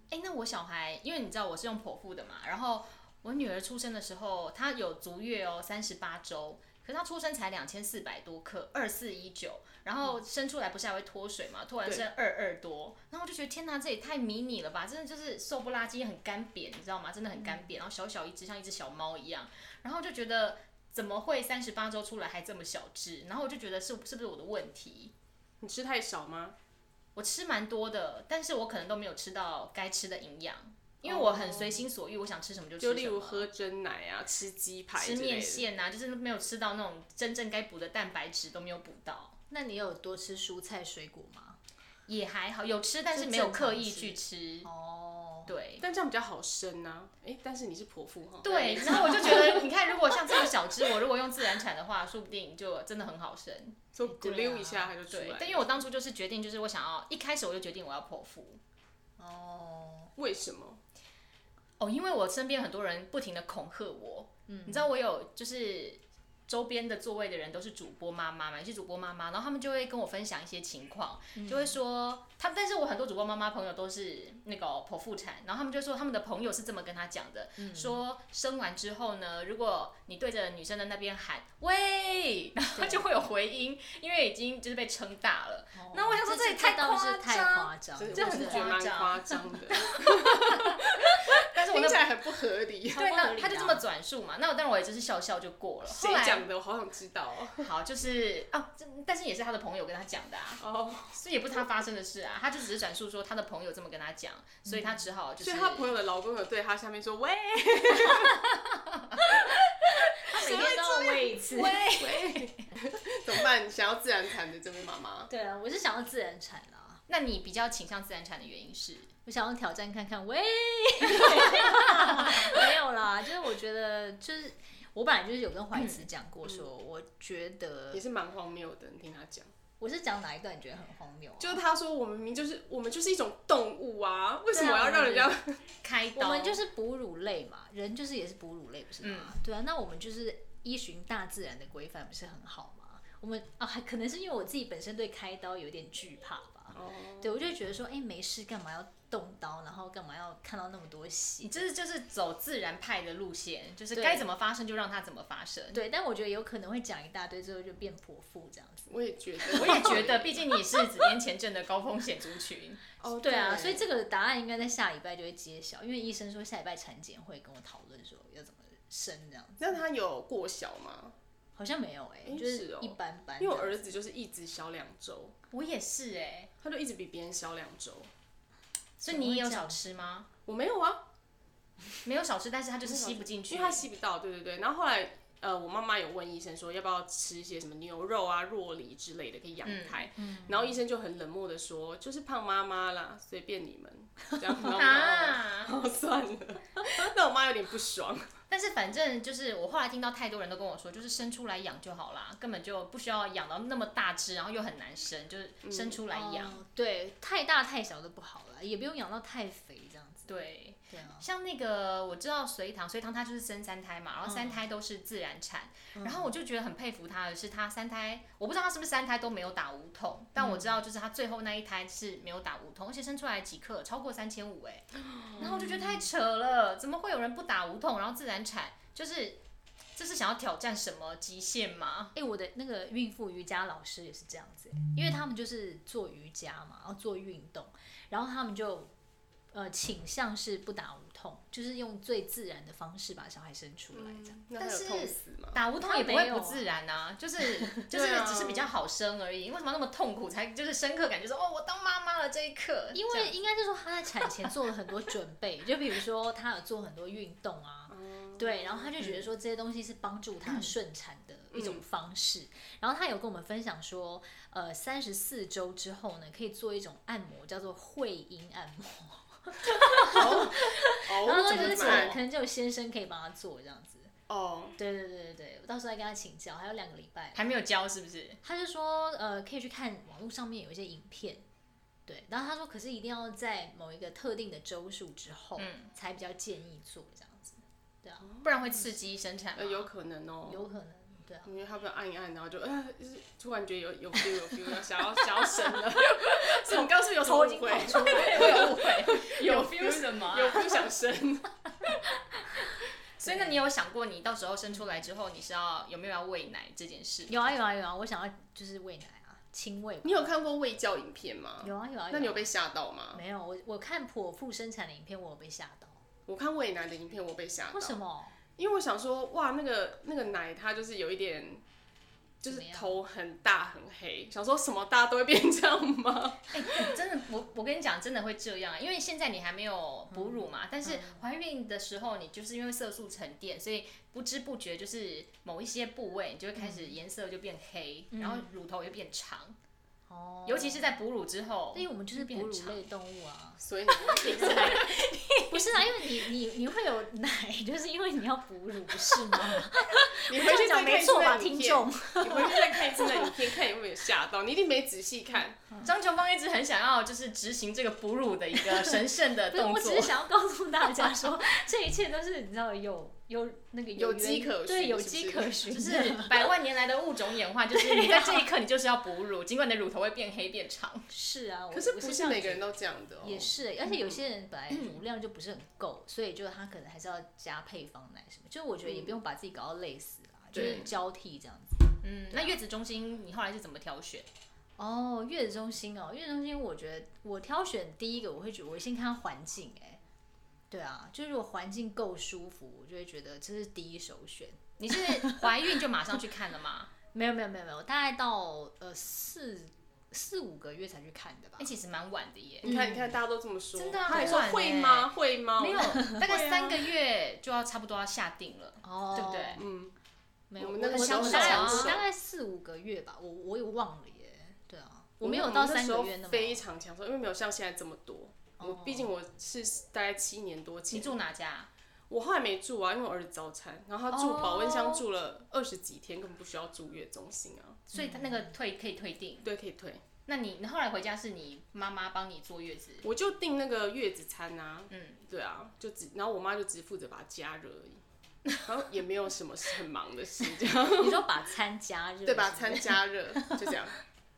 C: 哎、那我小孩，因为你知道我是用剖腹的嘛，然后我女儿出生的时候，她有足月哦，三十八周，可是她出生才两千四百多克，二四一九，然后生出来不是还会脱水嘛，脱完
A: 对
C: 剩二二多，然后我就觉得天哪，这也太迷你了吧，真的就是瘦不拉几，很干瘪，你知道吗？真的很干瘪，然后小小一只，像一只小猫一样，然后就觉得。怎么会三十八周出来还这么小只？然后我就觉得是是不是我的问题？
A: 你吃太少吗？
C: 我吃蛮多的，但是我可能都没有吃到该吃的营养，因为我很随心所欲，我想吃什么就吃什
A: 哦就
C: 么。
A: 例如喝真奶啊，吃鸡排之类
C: 吃
A: 的，
C: 面线啊，就是没有吃到那种真正该补的蛋白质都没有补到，
B: 那你有多吃蔬菜水果吗？
C: 也还好有吃，但是没有刻意去吃。
B: 哦，
C: 对
A: 但这样比较好生啊。哎、但是你是剖腹哈？
C: 哦对， 然后我就觉得，你看，如果像这个小只，我如果用自然产的话，说不定就真的很好生。
A: 就咕溜一下
B: 对啊
A: 他就出来
C: 对
A: 了。，
C: 但因为我当初就是决定，就是我想要一开始我就决定我要剖腹，
B: 哦，
A: 为什么？
C: 哦，因为我身边很多人不停的恐吓我，嗯，你知道我有就是周边的座位的人都是主播妈妈嘛，有些主播妈妈，然后他们就会跟我分享一些情况，就会说他，但是我很多主播妈妈朋友都是那个剖腹产，然后他们就说他们的朋友是这么跟他讲的，说生完之后呢，如果你对着女生的那边喊喂，然后就会有回音，因为已经就是被撑大了。那我想说
B: 哦这
C: 也
B: 这
C: 太
B: 倒是
C: 夸
B: 太
C: 张
B: 夸张了，
A: 这
C: 这
A: 我
C: 很
A: 是觉得
C: 夸
A: 蛮
C: 张
A: 夸张的。
C: 但是我
A: 听
C: 那
A: 起来很不合 理。
C: 对，
B: 超不合
C: 那
B: 理
C: 他就
B: 的
C: 这
B: 啊
C: 么转述嘛，那但我也就是笑笑就过了。
A: 谁
C: 后来
A: 讲的？我好想知道哦。
C: 好，就是哦，这但是也是他的朋友跟他讲的啊，
A: 哦，
C: 所以也不是他发生的事啊，他就只是转述说他的朋友这么跟他讲，所以他只好就是
A: 所以她朋友的老公有对她下面说喂
B: 他每天都要喂一 次。
A: 喂，怎么办？想要自然产的这位妈妈，
B: 对啊，我是想要自然产啦，
C: 那你比较倾向自然产的原因是，
B: 我想要挑战看看。 喂，没有啦，就是我觉得就是我本来就是有跟怀慈讲过说，我觉得
A: 也是蛮荒谬的。你听她讲，
B: 我是讲哪一段你觉得很荒谬啊、
A: 就是她说我们明明就是我们就是一种动物啊，为什么
B: 对啊
A: 要让人家？
C: 开刀，
B: 我们就是哺乳类嘛，人就是也是哺乳类，不是吗？
A: 嗯
B: 对啊，那我们就是依循大自然的规范，不是很好吗？我们啊，还可能是因为我自己本身对开刀有点惧怕吧。
A: 哦
B: 对，我就会觉得说，哎、没事，干嘛要动刀，然后干嘛要看到那么多血
C: 你？这是就是走自然派的路线，就是
B: 对
C: 该怎么发生就让它怎么发生。
B: 对，但我觉得有可能会讲一大堆，最后就变泼妇这样子。
A: 我也觉得，
C: 我也觉得，毕竟你是子痫前症的高风险族群，
A: 哦，
B: 对啊，所以这个答案应该在下礼拜就会揭晓，因为医生说下礼拜产检会跟我讨论说要怎么生这样子，
A: 那她有过小吗？
B: 好像没有哎、
A: 诶
B: 就是是
A: 哦
B: 一般般这样子。
A: 因为我儿子就是一直小两周，
C: 我也是哎、
A: 他就一直比别人小两周。
C: 所以你也
B: 怎么会
C: 有少
B: 这样
C: 吃吗？
A: 我没有啊，
C: 没有少吃，但是它就是吸不进去，
A: 因为他吸不到，对对对。然后后来，呃，我妈妈有问医生说要不要吃一些什么牛肉啊、若梨之类的可以养胎，
B: 嗯
A: 然后医生就很冷漠的说，就是胖妈妈啦，随便你们这样。然后我妈
C: 啊。
A: 哦，算了。那我妈有点不爽，
C: 但是反正就是我后来听到太多人都跟我说，就是生出来养就好啦，根本就不需要养到那么大只，然后又很难生，就是生出来养。
B: 哦对，太大太小都不好了，也不用养到太肥这样子。
C: 对，
B: 对啊，
C: 像那个我知道隋唐，隋唐她就是生三胎嘛，然后三胎都是自然产，然后我就觉得很佩服她的是，她三胎我不知道她是不是三胎都没有打无痛，但我知道就是她最后那一胎是没有打无痛，而且生出来几克超过三千五哎，然后我就觉得太扯了，怎么会有人不打无痛然后自然产？就是这是想要挑战什么极限吗？
B: 哎、我的那个孕妇瑜伽老师也是这样子欸、因为他们就是做瑜伽嘛，然后做运动，然后他们就呃倾向是不打无痛，就是用最自然的方式把小孩生出来这样。
A: 那她
C: 但
A: 有
C: 是
A: 痛死吗？
C: 打无痛也不
B: 他
C: 会
B: 没有
C: 不
B: 啊
C: 自然啊，就是 就是
A: 对啊
C: 只是比较好生而已。为什么要那么痛苦才就是深刻感觉说哦，我当妈妈了这一刻？
B: 因
C: 这
B: 为
C: 样
B: 应该是说她在产前做了很多准备， 就比如说她有做很多运动啊，
A: 哦
B: 对，然后她就觉得说这些东西是帮助她顺产的
A: 嗯
B: 一种方式。然后她有跟我们分享说，呃，三十四周之后呢，可以做一种按摩，叫做会阴按摩。
A: 哦，
B: 然后
A: 怎
B: 就
A: 么
B: 是可
A: 办
B: 能可能就有先生可以帮她做这样子。
A: 哦，
B: 对对对对对，我到时候再跟她请教，还有两个礼拜。
C: 还没有教是不是？
B: 他就说，呃，可以去看网络上面有一些影片，对。然后他说，可是一定要在某一个特定的周数之后，
C: 嗯
B: 才比较建议做这样子，
C: 不然会刺激生产吗
A: 呃，有可能哦。
B: 有可能，对啊。
A: 因为他不要按一按，然后就呃，就是突然觉得有有 feel 有 feel，想要想要生了，所以你刚刚是不是 有什么误会，
C: 会有误会，
A: 有
C: feel 什么啊
A: 有 feel 想生。
C: 所以那你有想过，你到时候生出来之后，你是要有没有要喂奶这件事？
B: 有啊有啊有啊，我想要就是喂奶啊，亲喂吧。
A: 你有看过喂教影片吗？
B: 有啊有啊有啊，
A: 那你有被吓到吗？
B: 没有？我我看剖腹生产的影片，我有被吓到。
A: 我看喂奶的影片，我被吓到。
B: 为什？么？
A: 因为我想说，哇，那个那个奶它就是有一点，就是
B: 怎么样
A: 头很大很黑，想说什么大家都会变这样吗？
C: 哎 真的，我我跟你讲，真的会这样，因为现在你还没有哺乳嘛，但是怀孕的时候，你就是因为色素沉淀，所以不知不觉就是某一些部位，你就会开始颜色就变黑，然后乳头也变长，
B: 哦，
C: 尤其是在哺乳之后，
B: 因为我们就是
C: 变
B: 哺
C: 很
B: 乳
C: 长
B: 类动物啊，
A: 所以你是奶
B: 不是啊，因为你你你会有奶， 就是因为你要哺乳，不是吗？
A: 你
B: 这
A: 回去再
B: 样讲
A: 看
B: 没
A: 一次
B: 错
A: 那
B: 吧，
A: 影
B: 听
A: 片，
B: 众？
A: 你回去再看一次那影片，看有没有吓到。你一定没仔细看，
C: 张琼芳一直很想要就是执行这个哺乳的一个神圣的
B: 不是，
C: 动
B: 我只是
C: 作。
B: 想要告诉大家说， 这一切都是你知道有有那个
A: 有
B: 原
A: 迹可
B: 对，
A: 循
B: 有
A: 是不
B: 迹
A: 是
B: 可循
C: 就
B: 的，
C: 是 百万年来的物种演化，就是你在这一刻你就是要哺乳，尽管你的乳头会变黑变长。
B: 是啊。我
A: 可是
B: 我
A: 不
B: 是
A: 是
B: 这样
A: 每个
B: 觉
A: 人
B: 得
A: 都这样的哦。
B: 也是，而且有些人本来乳量就不是很够，所以就他可能还是要加配方奶什么。就是我觉得也不用把自己搞到累死啦，就是
A: 嗯对
B: 交替这样子。
C: 嗯，那月子中心你后来是怎么挑选？
B: 哦，月子中心哦，月子中心，我觉得我挑选第一个，我会觉得我先看它环境、哎，对啊，就是如果环境够舒服，我就会觉得这是第一首选。
C: 你是怀孕就马上去看了 吗？
B: 没有没有没有没有，大概到呃四四五个月才去看的吧
C: 哎那。其实蛮晚的耶，
A: 你看，
B: 嗯
A: 你看，大家都这么说，
C: 真的啊
A: 他还说
C: 很晚欸
A: 会吗？会吗？
C: 没有，大
A: 对
C: 概
A: 啊
C: 三个月就要差不多要下定了。
B: 哦
C: 对不对
A: 嗯，
B: 没有，
A: 我们那个
B: 我啊
A: 时候
B: 我
A: 是
B: 大概
A: 享受
B: 我大概四五个月吧，我我也忘了耶。对啊，我没有
A: 们
B: 到
A: 那
B: 三
A: 时候
B: 个月那么。哦
A: 非常强受，因为没有像现在这么多。我毕竟我是大概七年多
C: 你
A: 前，
C: 住哪家？
A: 我后来没住啊，因为我儿子早产，然后他住
C: 哦
A: 保温箱住了二十几天，根本不需要住月中心啊。
C: 所以他那个退可以退订。
A: 对，可以退。
C: 那你你后来回家是你妈妈帮你坐月子？
A: 我就订那个月子餐啊，
C: 嗯，
A: 对啊，就只然后我妈就只负责把它加热而已，然后也没有什么很忙的事，这样
B: 你说把餐加热
A: 对吧？
B: 是
A: 餐
B: 不是
A: 加热就这 样，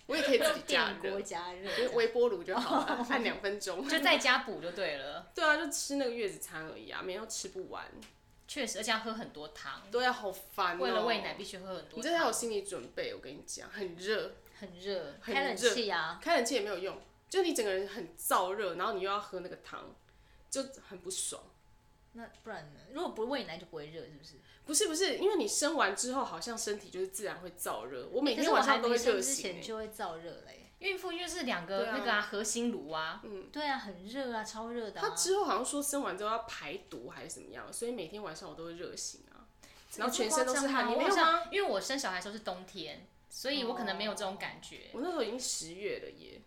A: 我也可以自己加
B: 电
A: 热
B: 锅，加热这
A: 因为
B: 样，
A: 微波炉就好 了，按两分钟。
C: 就在家补就对了。
A: 对啊，就吃那个月子餐而已啊，每天都吃不完。
C: 确实，而且要喝很多汤，
A: 对啊，好烦、哦
C: 为了喂奶必须喝很多
A: 你
C: 汤。
A: 这要有心理准备，我跟你讲，很热，
B: 很热，
A: 很
B: 开冷
A: 热
B: 气啊。
A: 开冷气也没有用，就你整个人很燥热，然后你又要喝那个汤，就很不爽。
B: 那不然呢？如果不喂奶就不会热，是不是？
A: 不是不是，因为你生完之后好像身体就是自然会燥热，我每
B: 可是
A: 天
B: 我
A: 晚
B: 还
A: 上都会热
B: 没生之
A: 醒欸、
B: 前就会燥热嘞。
C: 孕妇就是两个
A: 对啊
C: 那个啊核心炉啊，
B: 对啊，很热啊，超热的、啊。
A: 他之后好像说生完之后要排毒还是怎么样，所以每天晚上我都会热醒啊，然后全身都是汗，你
C: 啊我
B: 啊
A: 没有
C: 好
A: 吗？
C: 像因为我生小孩的时候是冬天，所以我可能没有这种感觉。
A: 我那时候已经十月了耶，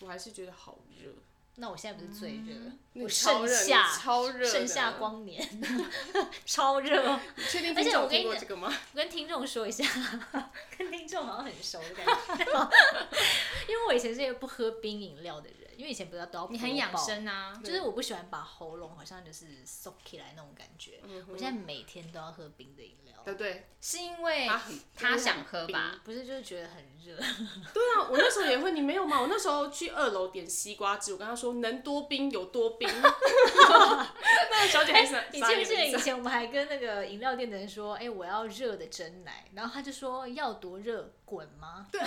A: 我还是觉得好热，
B: 那我现在不是最热，
A: 你
B: 我
A: 超
B: 盛
A: 热，你
B: 夏
A: 超嗯热，
B: 盛夏。光年， 超热。哦
A: 你确定
B: 而且
A: 听众
B: 我跟
A: 听
B: 你
A: 过
B: 讲
A: 这 个吗？
B: 跟听众说一下， 跟听众好像很熟的感觉， 因为我以前是一个不喝冰饮料的人，因为以前不知道都要
C: 你很
B: 播
C: 养
B: 报，
C: 生啊，
B: 就是我不喜欢把喉咙好像就是缩起来那种感觉。
A: 嗯
B: 我现在每天都要喝冰的饮料，
A: 对对，
C: 是因
B: 哎
C: 为
A: 他很
C: 他想喝吧？
B: 不是就是觉得很热，
A: 对啊，我那时候也会，你没有吗？我那时候去二楼点西瓜汁，我跟他说能多冰有多 冰。那个小姐还是
B: 哎你记不记
A: 傻
B: 得
A: 眼
B: 以前我们还跟那个饮料店的人说，哎、我要热的真奶，然后他就说要多热，滚吗？
A: 对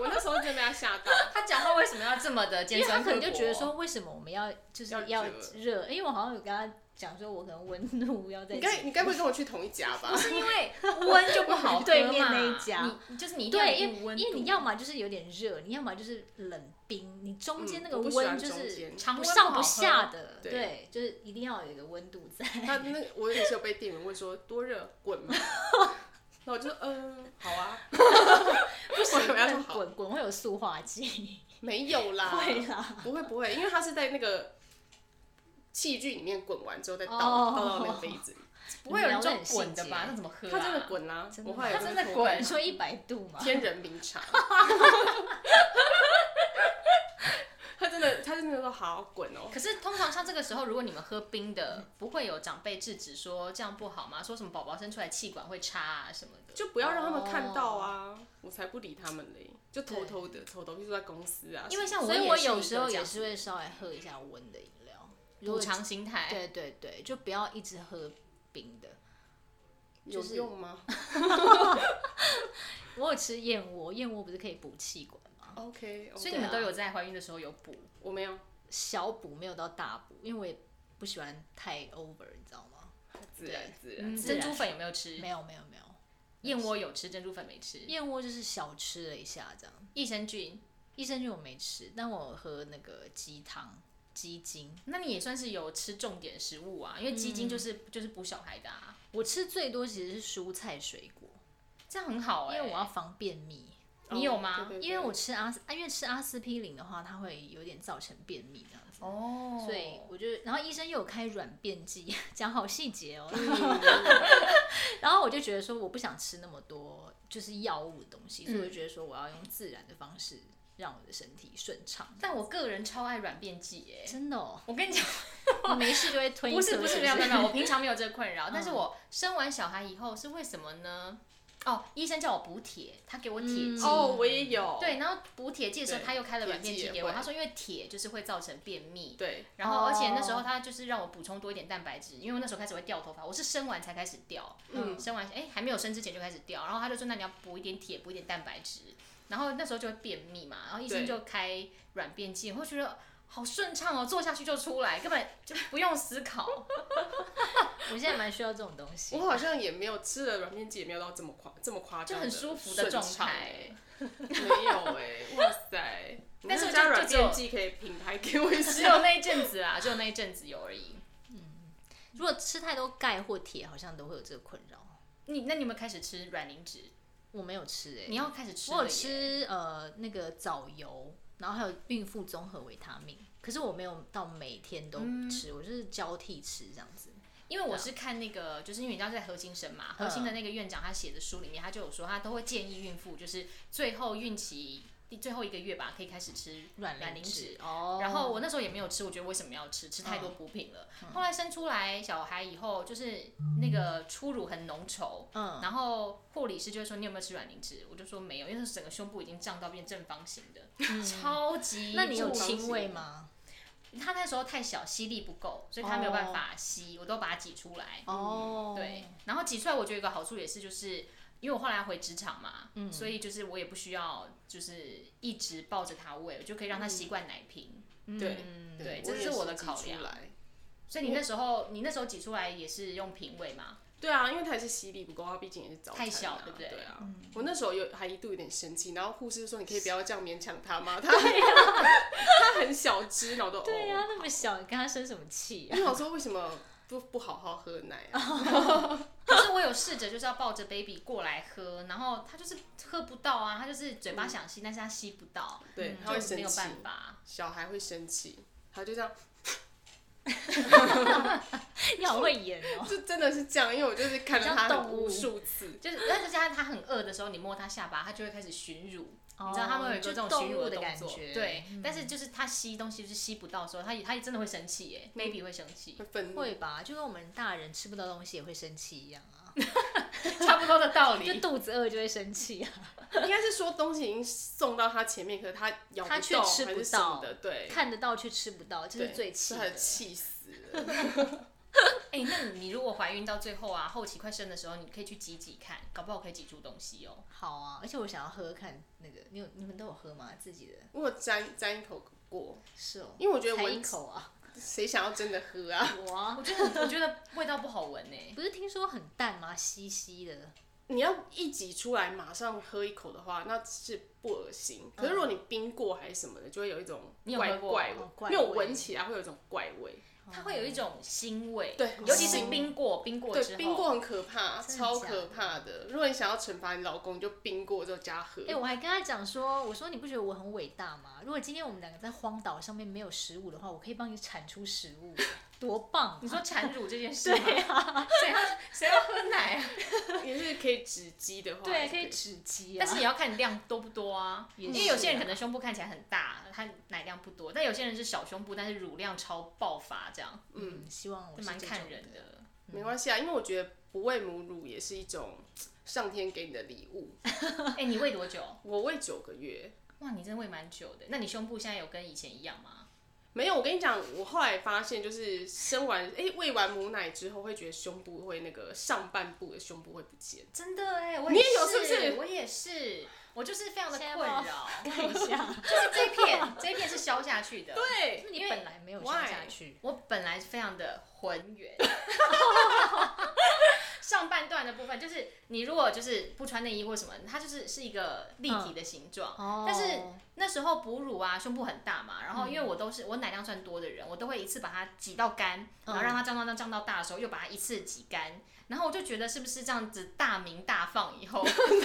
A: 我那时候真的被他吓 到，
C: 他讲话为什么要这么的
B: 因
C: 尖
B: 为他
C: 酸
B: 可
C: 刻
B: 能
C: 薄？
B: 就觉得说，为什么我们要就是
A: 要
B: 要
A: 热
B: 热？因为我好像有跟他讲说，我可能温度要在
A: 你该你该不会跟我去同一家 吧？
C: 是因 为温就不好喝嘛
B: 对面那一家
C: 你就是你一定要
B: 对，
C: 有
B: 因
C: 一定温
B: 为
C: 度
B: 因为你要么就是有点热，你要么就是冷冰，你中间那个
A: 嗯我不喜
B: 温
A: 欢
B: 就
A: 中
B: 是
A: 间
C: 常
B: 不
C: 温
B: 上
C: 不
B: 不
C: 好
B: 下
C: 喝
B: 的，
A: 对
B: 对，就是一定要有一个温度 在。
A: 他那个我也是有被店员问说多热滚吗？ 那我就嗯好 啊，不行，我要说好，
B: 滚滚会有塑化 剂，
A: 没有啦，
B: 会啦，
A: 不会不会，因为它是在那个器具里面滚完之后再倒、
B: 哦
A: 倒到那个杯 子里，
C: 不会有人
B: 你
C: 这
B: 聊得很
C: 种
B: 细
C: 滚的吧？
B: 节
C: 那怎么喝、啊？
A: 它真的，滚啦、
B: 真的
A: 我后来有
C: 它真
A: 在
C: 的
A: 偷看
C: 滚
B: 你说一百度嘛，
A: 天人名茶。 他真的，他真的说好滚哦、
C: 可是通常像这个时候，如果你们喝冰的，不会有长辈制止说这样不好吗？说什么宝宝生出来气管会差啊什么的。
A: 就不要让他们看到啊我才不理他们嘞，就偷
B: 对
A: 偷的偷偷，譬如说在公司啊什么的，
C: 因为像
B: 所以
C: 也
B: 我
C: 是
B: 有
C: 一
B: 时
C: 个
B: 候
C: 这
B: 也
C: 样
B: 是会稍微喝一下温的饮料，如
C: 补
B: 果
C: 偿心态，
B: 对对对，就不要一直喝冰的。
A: 有
B: 就是
A: 用吗
B: 我有吃燕窝，燕窝不是可以补气管吗？
A: ？OK，
C: 所以你们
B: 对
C: 都
B: 啊
C: 有在怀孕的时候有补。
A: 我没有，
B: 小补没有到大补，因为我也不喜欢太 over，你知道吗？
A: 自然自然。
B: 嗯自
C: 珍
B: 然
C: 珠粉有没有吃
B: 没？有没有没有，
C: 燕窝有吃，珍珠粉没吃。
B: 燕窝就是小吃了一下这样。
C: 益生菌，
B: 益生菌我没吃，但我有喝那个鸡汤、鸡精。
C: 那你也算是有吃重点食物啊，因为鸡精就是、就是补小孩的啊，
B: 我吃最多其实是蔬菜水果，
C: 这样很好哎、
B: 因为我要防便秘。
C: 你有吗
A: 哦对对对
B: 因为我吃阿司，啊因为吃阿司匹林的话，它会有点造成便秘这样子。
C: 哦，
B: 所以我就，然后医生又有开软便剂，讲好细节 哦。然后我就觉得说，我不想吃那么多就是药物的东西，所以我就觉得说，我要用自然的方式让我的身体顺畅。
C: 但我个人超爱软便剂哎、
B: 真的哦，
C: 我跟你讲，
B: 你没事就会推
C: 不是
B: 脱
C: 不是
B: 不
C: 没有没有没 有，我平常没有这个困扰，但是我生完小孩以后是为什么呢？哦，医生叫我补铁，他给我铁剂。
A: 哦，我也有。
C: 对，然后补嗯铁剂的时候，
A: 对
C: 他又开了软
A: 铁
C: 便
A: 剂
C: 剂
A: 也
C: 给我。
A: 会
C: 他说，因为铁就是会造成便秘，
A: 对，
C: 然后而且
B: 哦
C: 那时候他就是让我补充多一点蛋白质，因为我那时候开始会掉头发，我是生完才开始掉，嗯，生完哎还没有生之前就开始掉，然后他就说那你要补一点铁，补一点蛋白质，然后那时候就会便秘嘛，然后医生
A: 对
C: 就开软便剂，我会觉得好顺畅哦，坐下去就出来，根本就不用思考。
B: 我现在蛮需要这种东西。
A: 我好像也没有吃了软面剂，也没有到这么夸这么夸张的，
C: 就很舒服的
A: 顺
C: 状
A: 畅
C: 态
A: 欸。没有哎、哇塞！
C: 但是
A: 你
C: 就
A: 家
C: 就
A: 软
C: 只有
A: 面剂可以品牌给我一
C: 只
A: 下。
C: 有那一阵子啊，只有那一阵子有而已。
B: 如果吃太多钙或铁，好像都会有这个困扰。
C: 你那你有没有开始吃软磷脂？
B: 我没有吃哎、
C: 你要开始吃了耶，
B: 我有吃呃那个藻油，然后还有孕妇综合维他命，可是我没有到每天都
C: 嗯
B: 吃，我就是交替吃这样子。
C: 因为我是看那个，就是因为你知道在核心嗯生嘛，核心的那个院长他写的书里面，他就有说他都会建议孕妇，就是最后孕期第最后一个月吧，可以开始吃
B: 软磷
C: 磷
B: 脂
C: 脂。嗯
B: 哦
C: 然后我那时候也没有吃，我觉得为什么要吃？吃太多补品了。后来生出来小孩以后，就是那个初乳很浓稠，
B: 嗯
C: 然后护理师就会说你有没有吃软磷脂？我就说没有，因为整个胸部已经胀到变正方形的，超级。
B: 那你有
A: 注重
B: 亲
A: 型
B: 喂吗？
C: 他那时候太小，吸力不够，所以他没有办法吸，我都把它挤出来。
B: 哦，
C: 对，，然后挤出来，我觉得有个好处也是，就是因为我后来回职场嘛，所以就是我也不需要就是一直抱着它喂，我就可以让它习惯奶瓶。
A: 对
C: 嗯
B: 嗯
C: 对
A: 嗯我
C: 这
A: 也
C: 是我
A: 是
C: 的
A: 挤
C: 考
A: 出
C: 量
A: 来
C: 所以你那时候，你那时候挤出来也是用瓶喂嘛？
A: 对啊，因为它也是吸力不够，它毕竟也是早餐、啊、
C: 太小对
A: 对
C: 不对
A: 啊，我那时候有还一度有点生气，然后护士说：“你可以不要这样勉强它吗？它 它很小只，然后我都
B: 对呀、
A: 哦
B: 啊那么小，你跟他生什么气
A: 因
B: 啊？
A: 为我说为什么不不好好喝奶啊？
C: 可是我有试着就是要抱着 baby 过来喝，然后他就是喝不到啊，他就是嘴巴想吸，但是他吸不到，
A: 对
C: 嗯
A: 他会
C: 就没有
A: 生气
C: 办法。
A: 小孩会生气，他就这样，
B: 你好会演 哦。
A: 就真的是这样，因为我就是看了
B: 很
A: 他
B: 像动
A: 很无
B: 物
A: 数次，
C: 就是，但是它它很饿的时候，你摸它下巴，它就会开始寻乳。你知道他们有一个这种寻乳
B: 哦就动物的
C: 哦动
B: 感
C: 作，
B: 觉
C: 对。但是就是它吸东西就是吸不到的时候，它也它也真的会生气耶，baby 会生气，
A: 会愤怒。
B: 会吧，就跟我们大人吃不到东西也会生气一样啊，
C: 差不多的道
B: 就
C: 理。
B: 肚子饿就会生气啊，
A: 应该是说东西已经送到他前面，可是他咬
B: 他却
A: 动
B: 吃
A: 还
B: 不
A: 是什么
B: 到
A: 的，对，
B: 看得到却吃不到，这
A: 对
B: 是最气
A: 所以他
B: 的
A: 就。气死了。
C: 哎、那你如果怀孕到最后啊，后期快生的时候，你可以去挤挤看，搞不好可以挤出东西哦。
B: 好啊，而且我想要喝喝看那个，你有你们都有喝吗？自己的
A: 我有沾沾一口过，
B: 是哦，
A: 因为我觉得
B: 才
A: 闻
B: 一口啊，
A: 谁想要真的喝啊？
B: 我啊
C: 我觉得我觉得味道不好闻 呢。
B: 不是听说很淡吗？稀稀的，
A: 你要一挤出来马上喝一口的话，那是不恶心。
B: 嗯
A: 可是如果你冰过还是什么的，就会有一种
C: 你有
A: 怪
C: 喝过
A: 怪
B: 哦怪
A: 没有
B: 味
A: 闻起来会有一种怪味。
C: 它会有一种哦腥味，
A: 对
C: 尤其是
A: 腥
C: 冰过冰过之
A: 对，
C: 后，
A: 冰过很可怕，
B: 真的
A: 超
B: 假
A: 可
B: 的
A: 怕的。如果你想要惩罚你老公，你就冰过之后加喝。
B: 哎、我还跟他讲说，我说你不觉得我很伟大吗？如果今天我们两个在荒岛上面没有食物的话，我可以帮你产出食物，多棒、啊！
C: 你说产乳这件事 吗，对啊，谁要谁要喝奶啊？
A: 也是可以止饥的话，
B: 对，
A: 还是
B: 可
A: 可
B: 以止饥啊。
C: 但是嗯也要看你量多不多啊，
B: 也
C: 因
B: 是啊
C: 为有些人可能胸部看起来很大，他奶量不多；但有些人是小胸部，但是乳量超爆发，这样
B: 嗯，希望我
C: 这
B: 是
C: 蛮
B: 这
C: 看
B: 种
C: 人
B: 的。
C: 的。
A: 没关系啊，因为我觉得不喂母乳也是一种上天给你的礼物。
C: 哎，你喂多久？
A: 我喂九个月，
C: 哇，你真喂蛮久的。那你胸部现在有跟以前一样吗？
A: 没有。我跟你讲，我后来发现，就是生完哎、喂完母奶之后，会觉得胸部会那个上半部的胸部会不见。
C: 真的哎，我
A: 你也有是不是
C: 我也是，我就是非常的
B: 现
C: 困
B: 在帮
C: 扰，
B: 看一下，
C: 就是这一片这一片是消下去 的。
A: 对，
B: 你本来没有消下
A: Why？
B: 去，
C: 我本来非常的浑圆。 上半段的部分就是你如果就是不穿内衣或什么，它就是是一个立体的形状。
B: 哦
C: 但是那时候哺乳啊，胸部很大嘛，然后因为我都是我奶量算多的人，我都会一次把它挤到干，然后让它胀胀胀胀到大的时候，又把它一次挤干。然后我就觉得是不是这样子大鸣大放以后，胸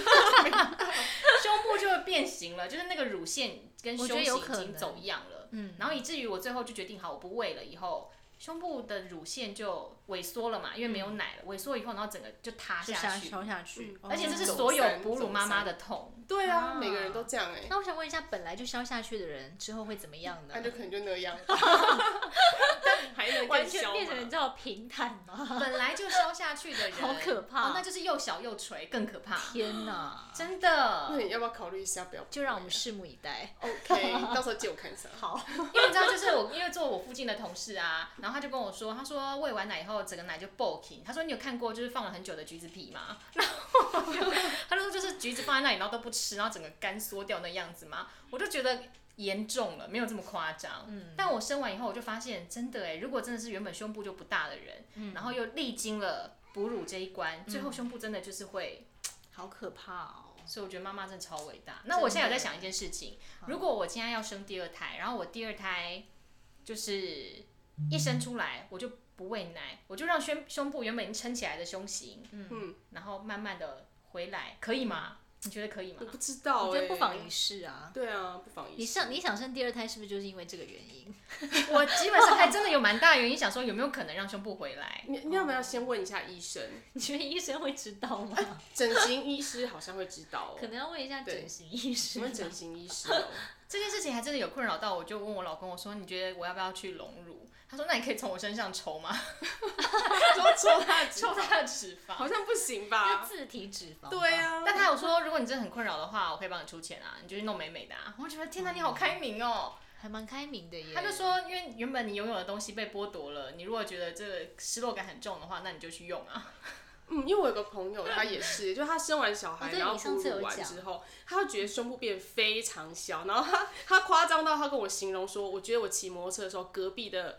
C: 部就会变形了，就是那个乳腺跟
B: 我
C: 胸
B: 觉
C: 型
B: 得有
C: 已
B: 可
C: 经
B: 能
C: 走样了。
B: 嗯，
C: 然后以至于我最后就决定好，我不喂了以后。胸部的乳腺就萎缩了嘛，因为没有奶了，萎缩以后，然后整个就塌
B: 嗯就
C: 下
B: 消
C: 去，
B: 消下去，
A: 嗯
B: 哦
C: 而且这是
A: 走
C: 所有
A: 散
C: 哺乳
A: 走
C: 妈妈
A: 散
C: 的痛。
A: 对啊，
B: 啊
A: 每个人都这样哎、
B: 那我想问一下，本来就消下去的人之后会怎么样呢
A: 那？就可能就那 样，还能
B: 完
A: 更
B: 全
A: 消
B: 变成
A: 吗？
B: 叫平坦吗？
C: 本来就消下去 的人，
B: 好可怕
C: 哦那就是又小又垂，更可怕，
B: 天哪！
C: 真
A: 那
C: 的。
A: 你要不要考虑一下？不要
B: 就 让我们拭目以待。
A: OK，到时候借我看一下。
B: 好，
C: 因为你知道，就是我因为做我附近的同事啊，然后他就跟我说，他说喂完奶以后，整个奶就爆 king。他说你有看过就是放了很久的橘子皮吗？然后我就他就说就是橘子放在那里，然后都不吃，然后整个干缩掉那样子吗？我就觉得严重了，没有这么夸张。嗯，但我生完以后，我就发现真的哎、如果真的是原本胸部就不大的人，然后又历经了哺乳这一关，最后胸部真的就是会
B: 好可怕哦！
C: 所以我觉得妈妈真的嗯超伟大。那我现在有在想一件事情，如果我现在要生第二胎，然后我第二胎就是一生出来我就不喂奶，我就让胸胸部原本已经撑起来的胸型，
A: 嗯，
C: 然后慢慢的回来，可以吗？你觉得可以
A: 我
C: 吗？
A: 不知道、欸，
B: 我觉得不妨一试啊。
A: 对啊，不妨一试。
B: 你想你想生第二胎，是不是就是因为这个原因？
C: 我基本上还真的有蛮大原因，想说有没有可能让胸部回来。
A: 你你要不要先问一下医生？
B: 你觉得医生会知 道吗？
A: 整形医师好像会知道哦、
B: 可能要问一下整形医啊师
A: 我
B: 吧。
A: 们整形医师哦、
C: 这件事情还真的有困扰到我，就问我老公，我说你觉得我要不要去隆乳？他说那你可以从我身上抽吗？
A: 说 抽他的
C: 抽他的脂肪
A: 好。像不行
B: 要
A: 吧？
B: 自体脂肪
A: 啊
B: 吧。
A: 对啊，
C: 但他有说，如果你真的很困扰的话，我可以帮你出钱啊，你就去弄美美的啊。我觉得天哪，你好开明哦！
B: 还蛮开明的耶。
C: 他就说，因为原本你拥有的东西被剥夺了，你如果觉得这个失落感很重的话，那你就去用啊。
A: 嗯，因为我有个朋友，他也是，就他生完小孩，
B: 哦对
A: 然后
B: 你
A: 哺
B: 上次有
A: 乳完
B: 讲
A: 之后，他就觉得胸部变非常小，然后他他夸张到他跟我形容说，我觉得我骑摩托车的时候，隔壁的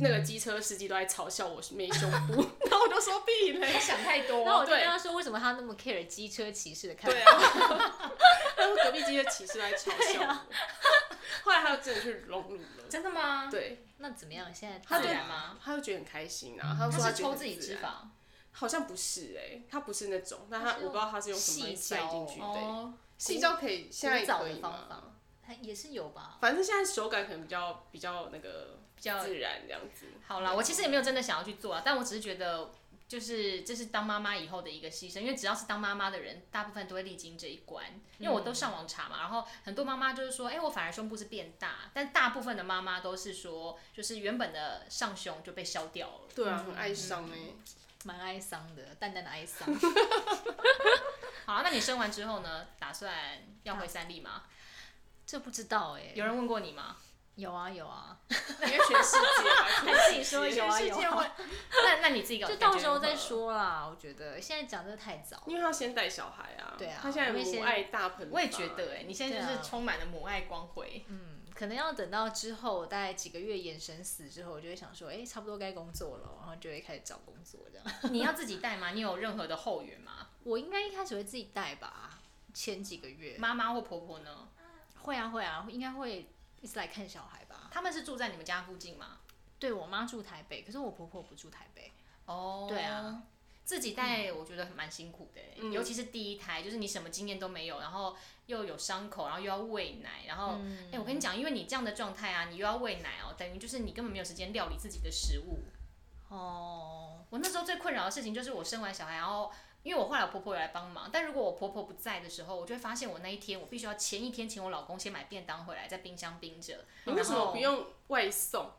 A: 那个机车司机都在嘲笑我没胸部， 然后我就说屁嘞，
C: 想太多
B: 然后我就
A: 对
B: 跟他说，为什么他那么 care 机车骑士的看法？
A: 对啊，他说隔壁机车骑士都在嘲笑
B: 啊
A: 我，后来他就真的去隆乳了，
C: 真的吗？
A: 对，
B: 那怎么样？现在
A: 他啊
C: 自
A: 就
C: 然
B: 嗯
C: 吗？
A: 他就觉得很开心啊，他就
C: 他
A: 说他
C: 是
A: 觉得
C: 抽
A: 很
C: 自己
A: 自
C: 脂
A: 然
C: 肪，
A: 好像不是哎、他不是那种，但
B: 他
A: 他
B: 是
A: 我不知道他是用什么
B: 细
A: 塞
B: 胶
A: 进去的、欸。
C: 哦，
A: 细胶可以现在
B: 古早
A: 可
B: 的
A: 以
B: 方
A: 吗？
B: 法，他也是有吧？
A: 反正现在手感可能比较比较那个
C: 比较
A: 自然这样子。
C: 好啦，我其实也没有真的想要去做啊，但我只是觉得，就是这是当妈妈以后的一个牺牲，因为只要是当妈妈的人，大部分都会历经这一关。因为我都上网查嘛，然后很多妈妈就是说，哎、我反而胸部是变大，但大部分的妈妈都是说，就是原本的上胸就被消掉了。
A: 对
B: 嗯
A: 啊，很哀伤哎、
B: 蛮哀伤的，淡淡的哀 伤。
C: 好啊、那你生完之后呢？打算要回三立吗？
B: 这不知道哎、
C: 有人问过你吗？
B: 有啊有啊，
A: 因为全 世界吧，全世界
B: 还是你说有啊
A: 全世
B: 有
A: 界会
B: 啊，
C: 那那你自己搞，
B: 就到时候再。说啦。我觉得现在讲这个太早，
A: 因为他先带小孩啊，
B: 对啊
A: 他现在
B: 我也先
A: 母爱大喷发，
C: 我也觉得、哎，你现在就
B: 对
C: 是
B: 啊
C: 充满了母爱光辉。
B: 嗯，可能要等到之后大概几个月眼神死之后，我就会想说，哎、差不多该工作了，然后就会开始找工作这样。
C: 你要自己带吗？你有任何的后援吗？
B: 我应该一开始会自己带吧，前几个月
C: 妈妈或婆婆呢？
B: 会啊会啊，应该会一直来看小孩吧。
C: 他们是住在你们家附近吗？
B: 对我妈住台北，可是我婆婆不住台北。
C: 哦
B: 对啊，
C: 自己带我觉得蛮辛苦的欸、
A: 嗯
C: 尤其是第一胎，就是你什么经验都没有，然后又有伤口，然后又要喂奶，然后哎、
A: 嗯
C: 欸我跟你讲，因为你这样的状态啊，你又要喂奶哦、等于就是你根本没有时间料理自己的食物。
B: 哦，
C: 我那时候最困扰的事情就是我生完小孩，然后因为我后来我婆婆有来帮忙，但如果我婆婆不在的时候，我就会发现我那一天我必须要前一天请我老公先买便当回来，在冰箱冰着。
A: 你为什么不
C: 然后？
A: 用外
B: 哦
A: 送？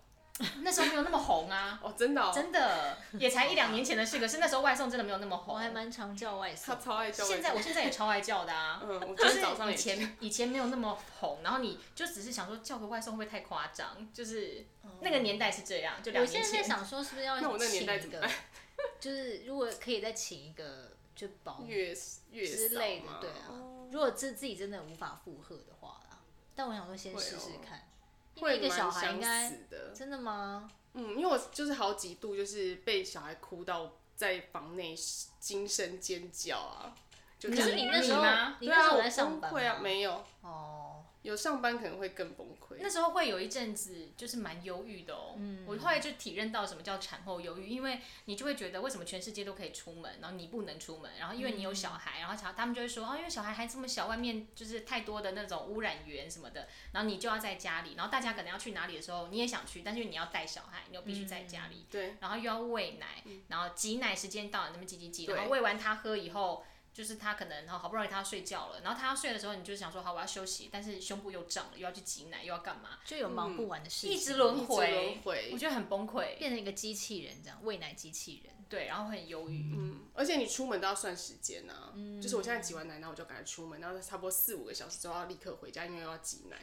C: 那时候没有那么红啊。
A: 哦，真的、哦，
C: 真的也才一两年前的事，可是那时候外送真的没有那么
B: 哦我
C: 红。
B: 还蛮常叫外
A: 他
B: 送。
A: 超爱叫外送。
C: 现在我现在也超爱叫的啊，
A: 嗯，我今
C: 就
A: 天
C: 是
A: 早上
C: 以
A: 也吃
C: 前以前没有那么红，然后你就只是想说叫个外送会不会太夸张？就是那个年代是这样，就两
B: 哦我现
C: 年
B: 在在
C: 前。
B: 想说，是不是要
A: 那我那
B: 请
A: 年代
B: 一
A: 怎么
B: 个， 就是如果可以再请一个就保姆
A: 月月
B: 之
A: 嫂
B: 类的
A: 嘛，
B: 对啊
A: 哦。
B: 如果自自己真的无法负荷的话啦，但我想说先
A: 会
B: 试试
A: 哦
B: 看，因为
A: 会
B: 一个
A: 蛮
B: 小孩
A: 想
B: 应该
A: 死的，
B: 真的吗？
A: 嗯，因为我就是好几度就是被小孩哭到在房内惊声尖叫啊，就
B: 可
A: 这样
B: 是你那时候
C: 你吗，
B: 你
A: 对
B: 那时
A: 啊，我
B: 候有在上班
A: 崩溃啊，
B: 吗？
A: 没有，
B: 哦，
A: 有上班可能会更崩溃。
C: 那时候会有一阵子就是蛮忧郁的哦，我后来就体认到什么叫产后忧郁，因为你就会觉得为什么全世界都可以出门，然后你不能出门，然后因为你有小孩，然后小他们就会说哦，因为小孩还这么小，外面就是太多的那种污染源什么的，然后你就要在家里，然后大家可能要去哪里的时候你也想去，但是因为你要带小孩，你又必须在家里，
A: 对，
C: 然后又要喂奶，然后挤奶时间到了，你那么挤挤挤，
A: 对
C: 然后喂完他喝以后。就是他可能，然后好不容易他要睡觉了，然后他要睡的时候，你就想说好我要休息，但是胸部又胀了，又要去挤奶，又要干嘛，
B: 就有忙不完的事情，
C: 一直轮
A: 嗯一直
C: 回
A: 轮回
C: 我觉得很崩溃，
B: 变成一个机器人这样，喂奶机器人。
C: 对，然后很忧郁。
A: 嗯，而且你出门都要算时间啊，
B: 嗯
A: 就是我现在挤完奶，然后我就赶快出门，然后差不多四五个小时之后要立刻回家，因为又要挤奶，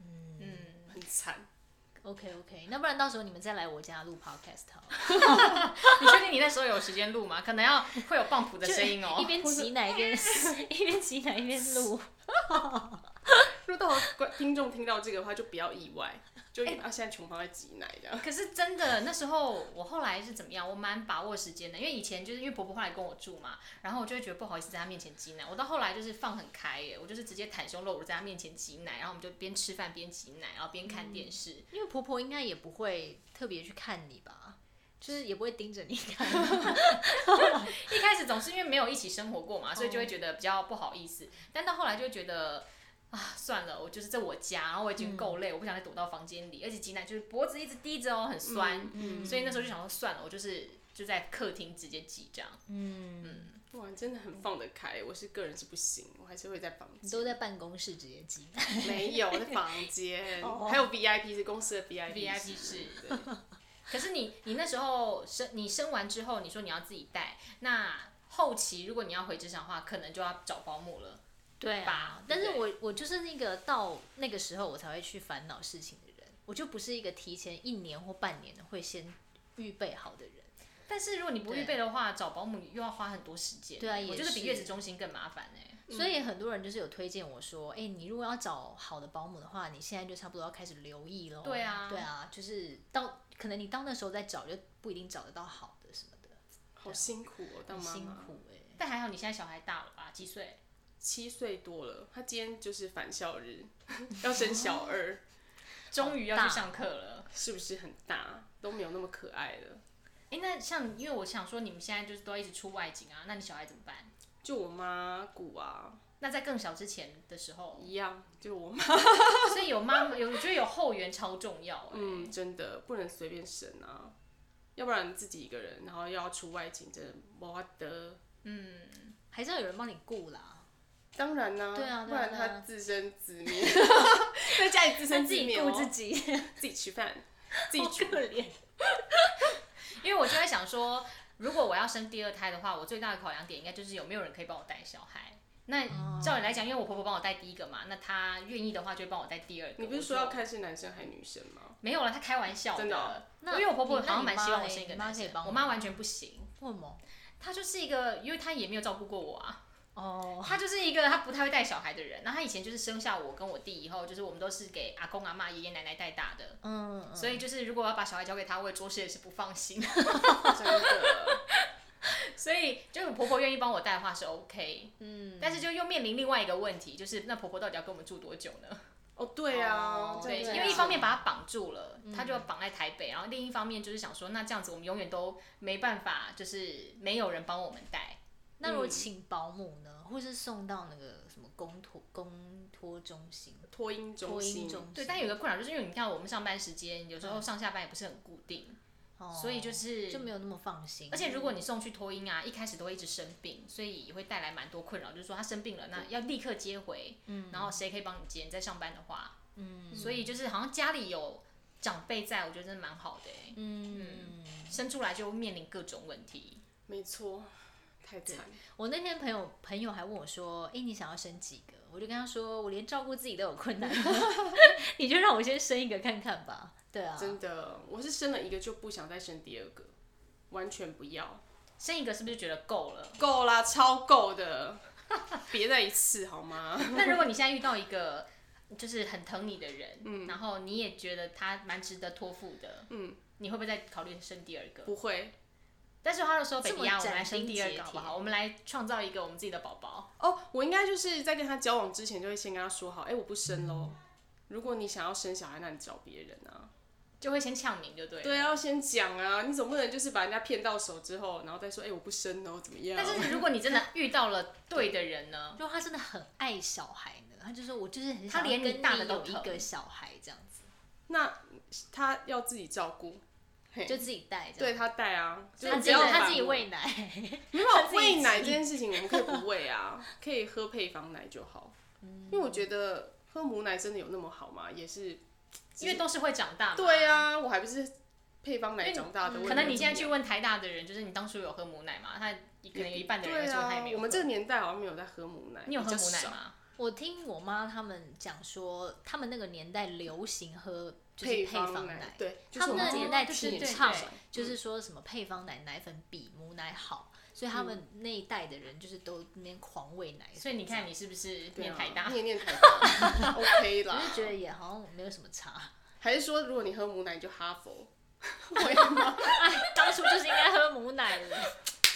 C: 嗯，
A: 很惨。
B: OK OK，那不然到时候你们再来我家录 podcast 好了。
C: 你确定你那时候有时间录吗？可能要会有棒谱的声音
B: 一
C: 哦。
B: 边挤奶一边一边挤奶一边录，
A: 如到时候观听众听到这个的话，就不要意外，就
B: 哎
A: 以为啊，现在琼芳在挤奶 这样。
C: 可是真的，那时候我后来是怎么样？我蛮把握时间的，因为以前就是因为婆婆后来跟我住嘛，然后我就会觉得不好意思在她面前挤奶。我到后来就是放很开耶，我就是直接袒胸露乳在她面前挤奶，然后我们就边吃饭边挤奶，然后边看电视。
B: 因为婆婆应该也不会特别去看你吧，就是也不会盯着你看。
C: 一开始总是因为没有一起生活过嘛，所以就会觉得比较不好意思。但到后来就会觉得啊，算了，我就是在我家，然后我已经够累，我不想再躲到房间里，而且挤奶就是脖子一直低着哦，很酸。
B: 嗯
C: 所以那时候就想说，算了，我就是就在客厅直接挤这样。
B: 嗯，
A: 哇，你真的很放得开，我是个人是不行，我还是会在房
B: 你
A: 间。
B: 都在办公室直接挤奶。
A: 没有，我在房间
B: 哦，
A: 还有 VIP 是公司的 VIP
C: VIP 室
A: 对
C: 可是你你那时候生你生完之后，你说你要自己带，那后期如果你要回职场的话，可能就要找保姆了。
B: 对
C: 吧
B: 啊，但是
C: 对不
B: 我我就是那个到那个时候我才会去烦恼事情的人，我就不是一个提前一年或半年会先预备好的人。
C: 但是如果你不
B: 对
C: 预备的话，找保姆又要花很多时间。
B: 对啊
C: 我
B: 也
C: 就是比
B: 是
C: 月子中心更麻烦哎、
B: 所以很多人就是有推荐我说，哎、你如果要找好的保姆的话，你现在就差不多要开始留意咯。
C: 对啊
B: 对啊，就是到可能你到那时候再找，就不一定找得到好的什么的，
A: 好辛苦哦，当
B: 很
A: 妈
B: 辛
A: 妈。
B: 苦哎、
C: 但还好你现在小孩大了吧？几岁？
A: 七岁多了，他今天就是返校日， 要升小二，
C: 终于要
B: 大
C: 去
B: 哦
C: 上课了。
A: 是不是很大？都没有那么可爱了。
C: 哎、那像因为我想说你们现在就是都要一直出外景啊，那你小孩怎么办？
A: 就我妈鼓啊，
C: 那在更小之前的时候，
A: 一样，就我妈，
C: 所以有妈妈有，我觉得有后援超重要哎、
A: 嗯，真的不能随便生啊，要不然自己一个人，然后又要出外景，真的没法得。
B: 还是要有人帮你顾啦。
A: 当然啦、
B: 对啊对啊
A: 不然
B: 对
A: 他
B: 啊
A: 自生自灭， 在家里自生
B: 自己
A: 灭、
B: 顾
A: 哦，
B: 自己，
A: 自己吃饭，自己
B: 好
A: 煮，
B: 可怜。
C: 因为我就在想说，如果我要生第二胎的话，我最大的考量点应该就是有没有人可以帮我带小孩。那
B: 哦
C: 照理来讲，因为我婆婆帮我带第一个嘛，那她愿意的话就会帮我带第二个。
A: 你不是
C: 我
A: 说要
C: 就
A: 看是男生还是女生 吗？
C: 没有了？她开玩笑
A: 真的哦
C: 因为我婆婆好像蛮希望我生
B: 生
C: 一个
B: 妈
C: 男
B: 可以
C: 生
B: 帮，
C: 我妈完全不行。
B: 问吗？
C: 她就是一个，因为她也没有照顾过我啊，
B: 哦，
C: 她就是一个她不太会带小孩的人。那她以前就是生下我跟我弟以后，就是我们都是给阿公阿妈、爷爷奶奶带大的，
B: 嗯，嗯
C: 所以就是如果要把小孩交给她，我也着实也是不放心。
A: 真的，
C: 所以就我婆婆愿意帮我带的话是 OK，
B: 嗯，
C: 但是就又面临另外一个问题，就是那婆婆到底要跟我们住多久呢？
A: 哦对啊
B: 哦，
A: 真
C: 对，
A: 的
C: 因为一方面把她绑住了，她就
B: 嗯
C: 绑在台北，然后另一方面就是想说，那这样子我们永远都没办法，就是没有人帮我们带。
B: 那如果
A: 嗯
B: 请保姆呢，或是送到那个什么公托公托中心、
A: 脱音中
B: 托婴
A: 心，
B: 中心，
C: 对，但有一个困扰就是因为你看我们上班时间有时候上下班也不是很固定，
B: 哦
C: 所以就是
B: 嗯就没有那么放心。
C: 而且如果你送去托婴啊，一开始都会一直生病，所以也会带来蛮多困扰，就是说他生病了，那要立刻接回，嗯，然后谁可以帮你接？你在上班的话，嗯，所以就是好像家里有长辈在，我觉得真的蛮好的、欸，
B: 嗯，
C: 生出来就面临各种问题，
A: 没错，太惨了。
B: 我那天朋友朋友还问我说：“诶，你想要生几个？”我就跟他说：“我连照顾自己都有困难， 你就让我先生一个看看吧。”对啊，
A: 真的，我是生了一个就不想再生第二个，完全不要，
C: 生一个是不是觉得够了？
A: 够啦，超够的， 别再一次好吗？
C: 那如果你现在遇到一个就是很疼你的人，嗯，然后你也觉得他蛮值得托付的，嗯，你会不会再考虑生第二个？
A: 不会
C: 但是他就说
B: 这么
C: ：“baby 啊，我们来
B: 斩
C: 生
B: 钉
C: 第二
B: 截
C: 个好不
B: 铁
C: 好？我们来创造一个我们自己的宝宝。”
A: 哦，我应该就是在跟他交往之前就会先跟他说好，哎、我不生喽。如果你想要生小孩，那你找别人啊。
C: 就会先呛名，就对。
A: 对。啊，要先讲啊，你总不能就是把人家骗到手之后，然后再说，哎、我不生哦，怎么样？
C: 但是如果你真的遇到了对的人呢？
B: 如果他真的很爱小孩呢，他就说我就是很想
C: 他
B: 要
C: 连你
B: 跟
C: 大的都
B: 有一
C: 疼
B: 个小孩这样子，
A: 那他要自己照顾，嘿
B: 就自己带这
A: 对
B: 样。
A: 他带啊，就
B: 他
A: 是
B: 自
A: 不
B: 己
A: 要
B: 他
A: 把
B: 自己
A: 我
B: 喂奶，
A: 没
B: 他
A: 有
B: 自己
A: 喂奶这件事情，我们可以不喂 啊，可以喝配方奶就好。
B: 嗯
A: 因为我觉得喝母奶真的有那么好吗？也是，
C: 因为都是会长大嘛。
A: 对。啊，我还不是配方奶长大的。
B: 因为
A: 我也
C: 嗯可能
A: 没
C: 你
A: 有
C: 现在
A: 怎
C: 去
A: 么
C: 问台大的人，就是你当初有喝母奶嘛？他可能有一半的人
A: 对
C: 说他也
A: 啊
C: 没有，喝。
A: 我们这个年代好像没有在喝母奶，
C: 你有喝
A: 比较
C: 母奶
A: 少？
C: 吗？
B: 我听我妈他们讲说，他们那个年代流行喝就是配
A: 方
B: 方
A: 奶
B: 奶，，
A: 对，就
B: 他
A: 是我
B: 们那
A: 这个
B: 个年代
C: 对
B: 提
C: 对对
B: 倡
C: 对
B: 就是说什么配方奶奶粉比母奶好，所以他们那一代的人就是都那边狂喂奶，
C: 所以你看你是不是
A: 对
C: 念
A: 啊
C: 台大？
A: 念念台大 ，OK
B: 我
A: 啦。
B: 就觉得也好像没有什么差，
A: 还是说，如果你喝母奶，你就哈佛， 会吗？
B: 当初就是应该喝母奶了，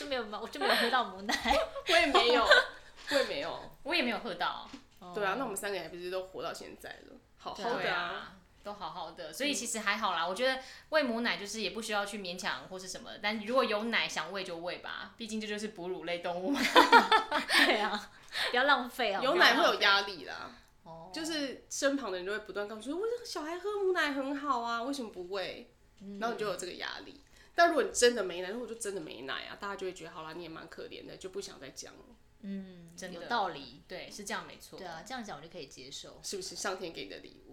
B: 就没有我就没有喝到母奶。
A: 我也没有，我也没 有。
C: 我也没有喝到。
A: 对
B: 哦
A: 啊，那我们三个也不是都活到现在了，好好
C: 对
A: 的啊。
C: 啊，都好好的，所以其实还好啦。我觉得喂母奶就是也不需要去勉强或是什么，但如果有奶想喂就喂吧，毕竟这就是哺乳类动物嘛。
B: 对啊，不要浪费啊，
A: 有奶会有压力啦，
B: 哦，
A: 就是身旁的人就会不断告诉你说，我这个小孩喝母奶很好啊，为什么不喂？然后你就有这个压力。但如果你真的没奶，如果就真的没奶啊，大家就会觉得好啦，你也蛮可怜的，就不想再讲了，
B: 嗯，
C: 真的
B: 有道理。
C: 对，是这样没错。
B: 对啊，这样讲我就可以接受。
A: 是不是？上天给你的礼物，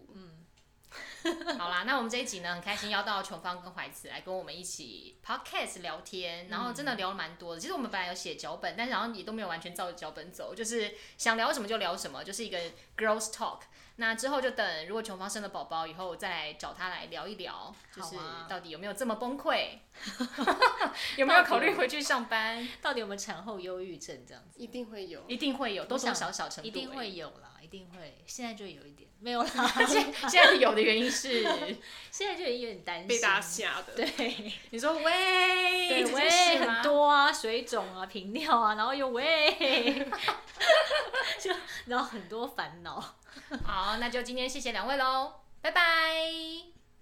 C: 好啦，那我们这一集呢，很开心邀到琼芳跟怀慈来跟我们一起 podcast 聊天，然
B: 嗯
C: 后真的聊了蛮多的。其实我们本来有写脚本，但是好像也都没有完全照着脚本走，就是想聊什么就聊什么，就是一个 girls talk。那之后就等如果琼芳生了宝宝以后，我再来找她来聊一聊，就是
B: 好啊
C: 到底有没有这么 崩溃，有没有考虑回去上班？
B: 到底有没有产后忧郁症这样子？
A: 一定会有。
C: 一定会有，多多少少程度
B: 一定
C: 而
B: 会
C: 已。
B: 有啦，一定会。现在就有一点，没有啦，
C: 现现在有的原因是，
B: 现在就已经有点担心。
A: 被大家吓的，
B: 对
C: 你说喂，
B: 对，
C: 这件
B: 喂
C: 事吗
B: 很多啊，水肿啊，频尿啊，然后又喂， 就然后很多烦恼。
C: 好，那就今天谢谢两位喽，拜拜。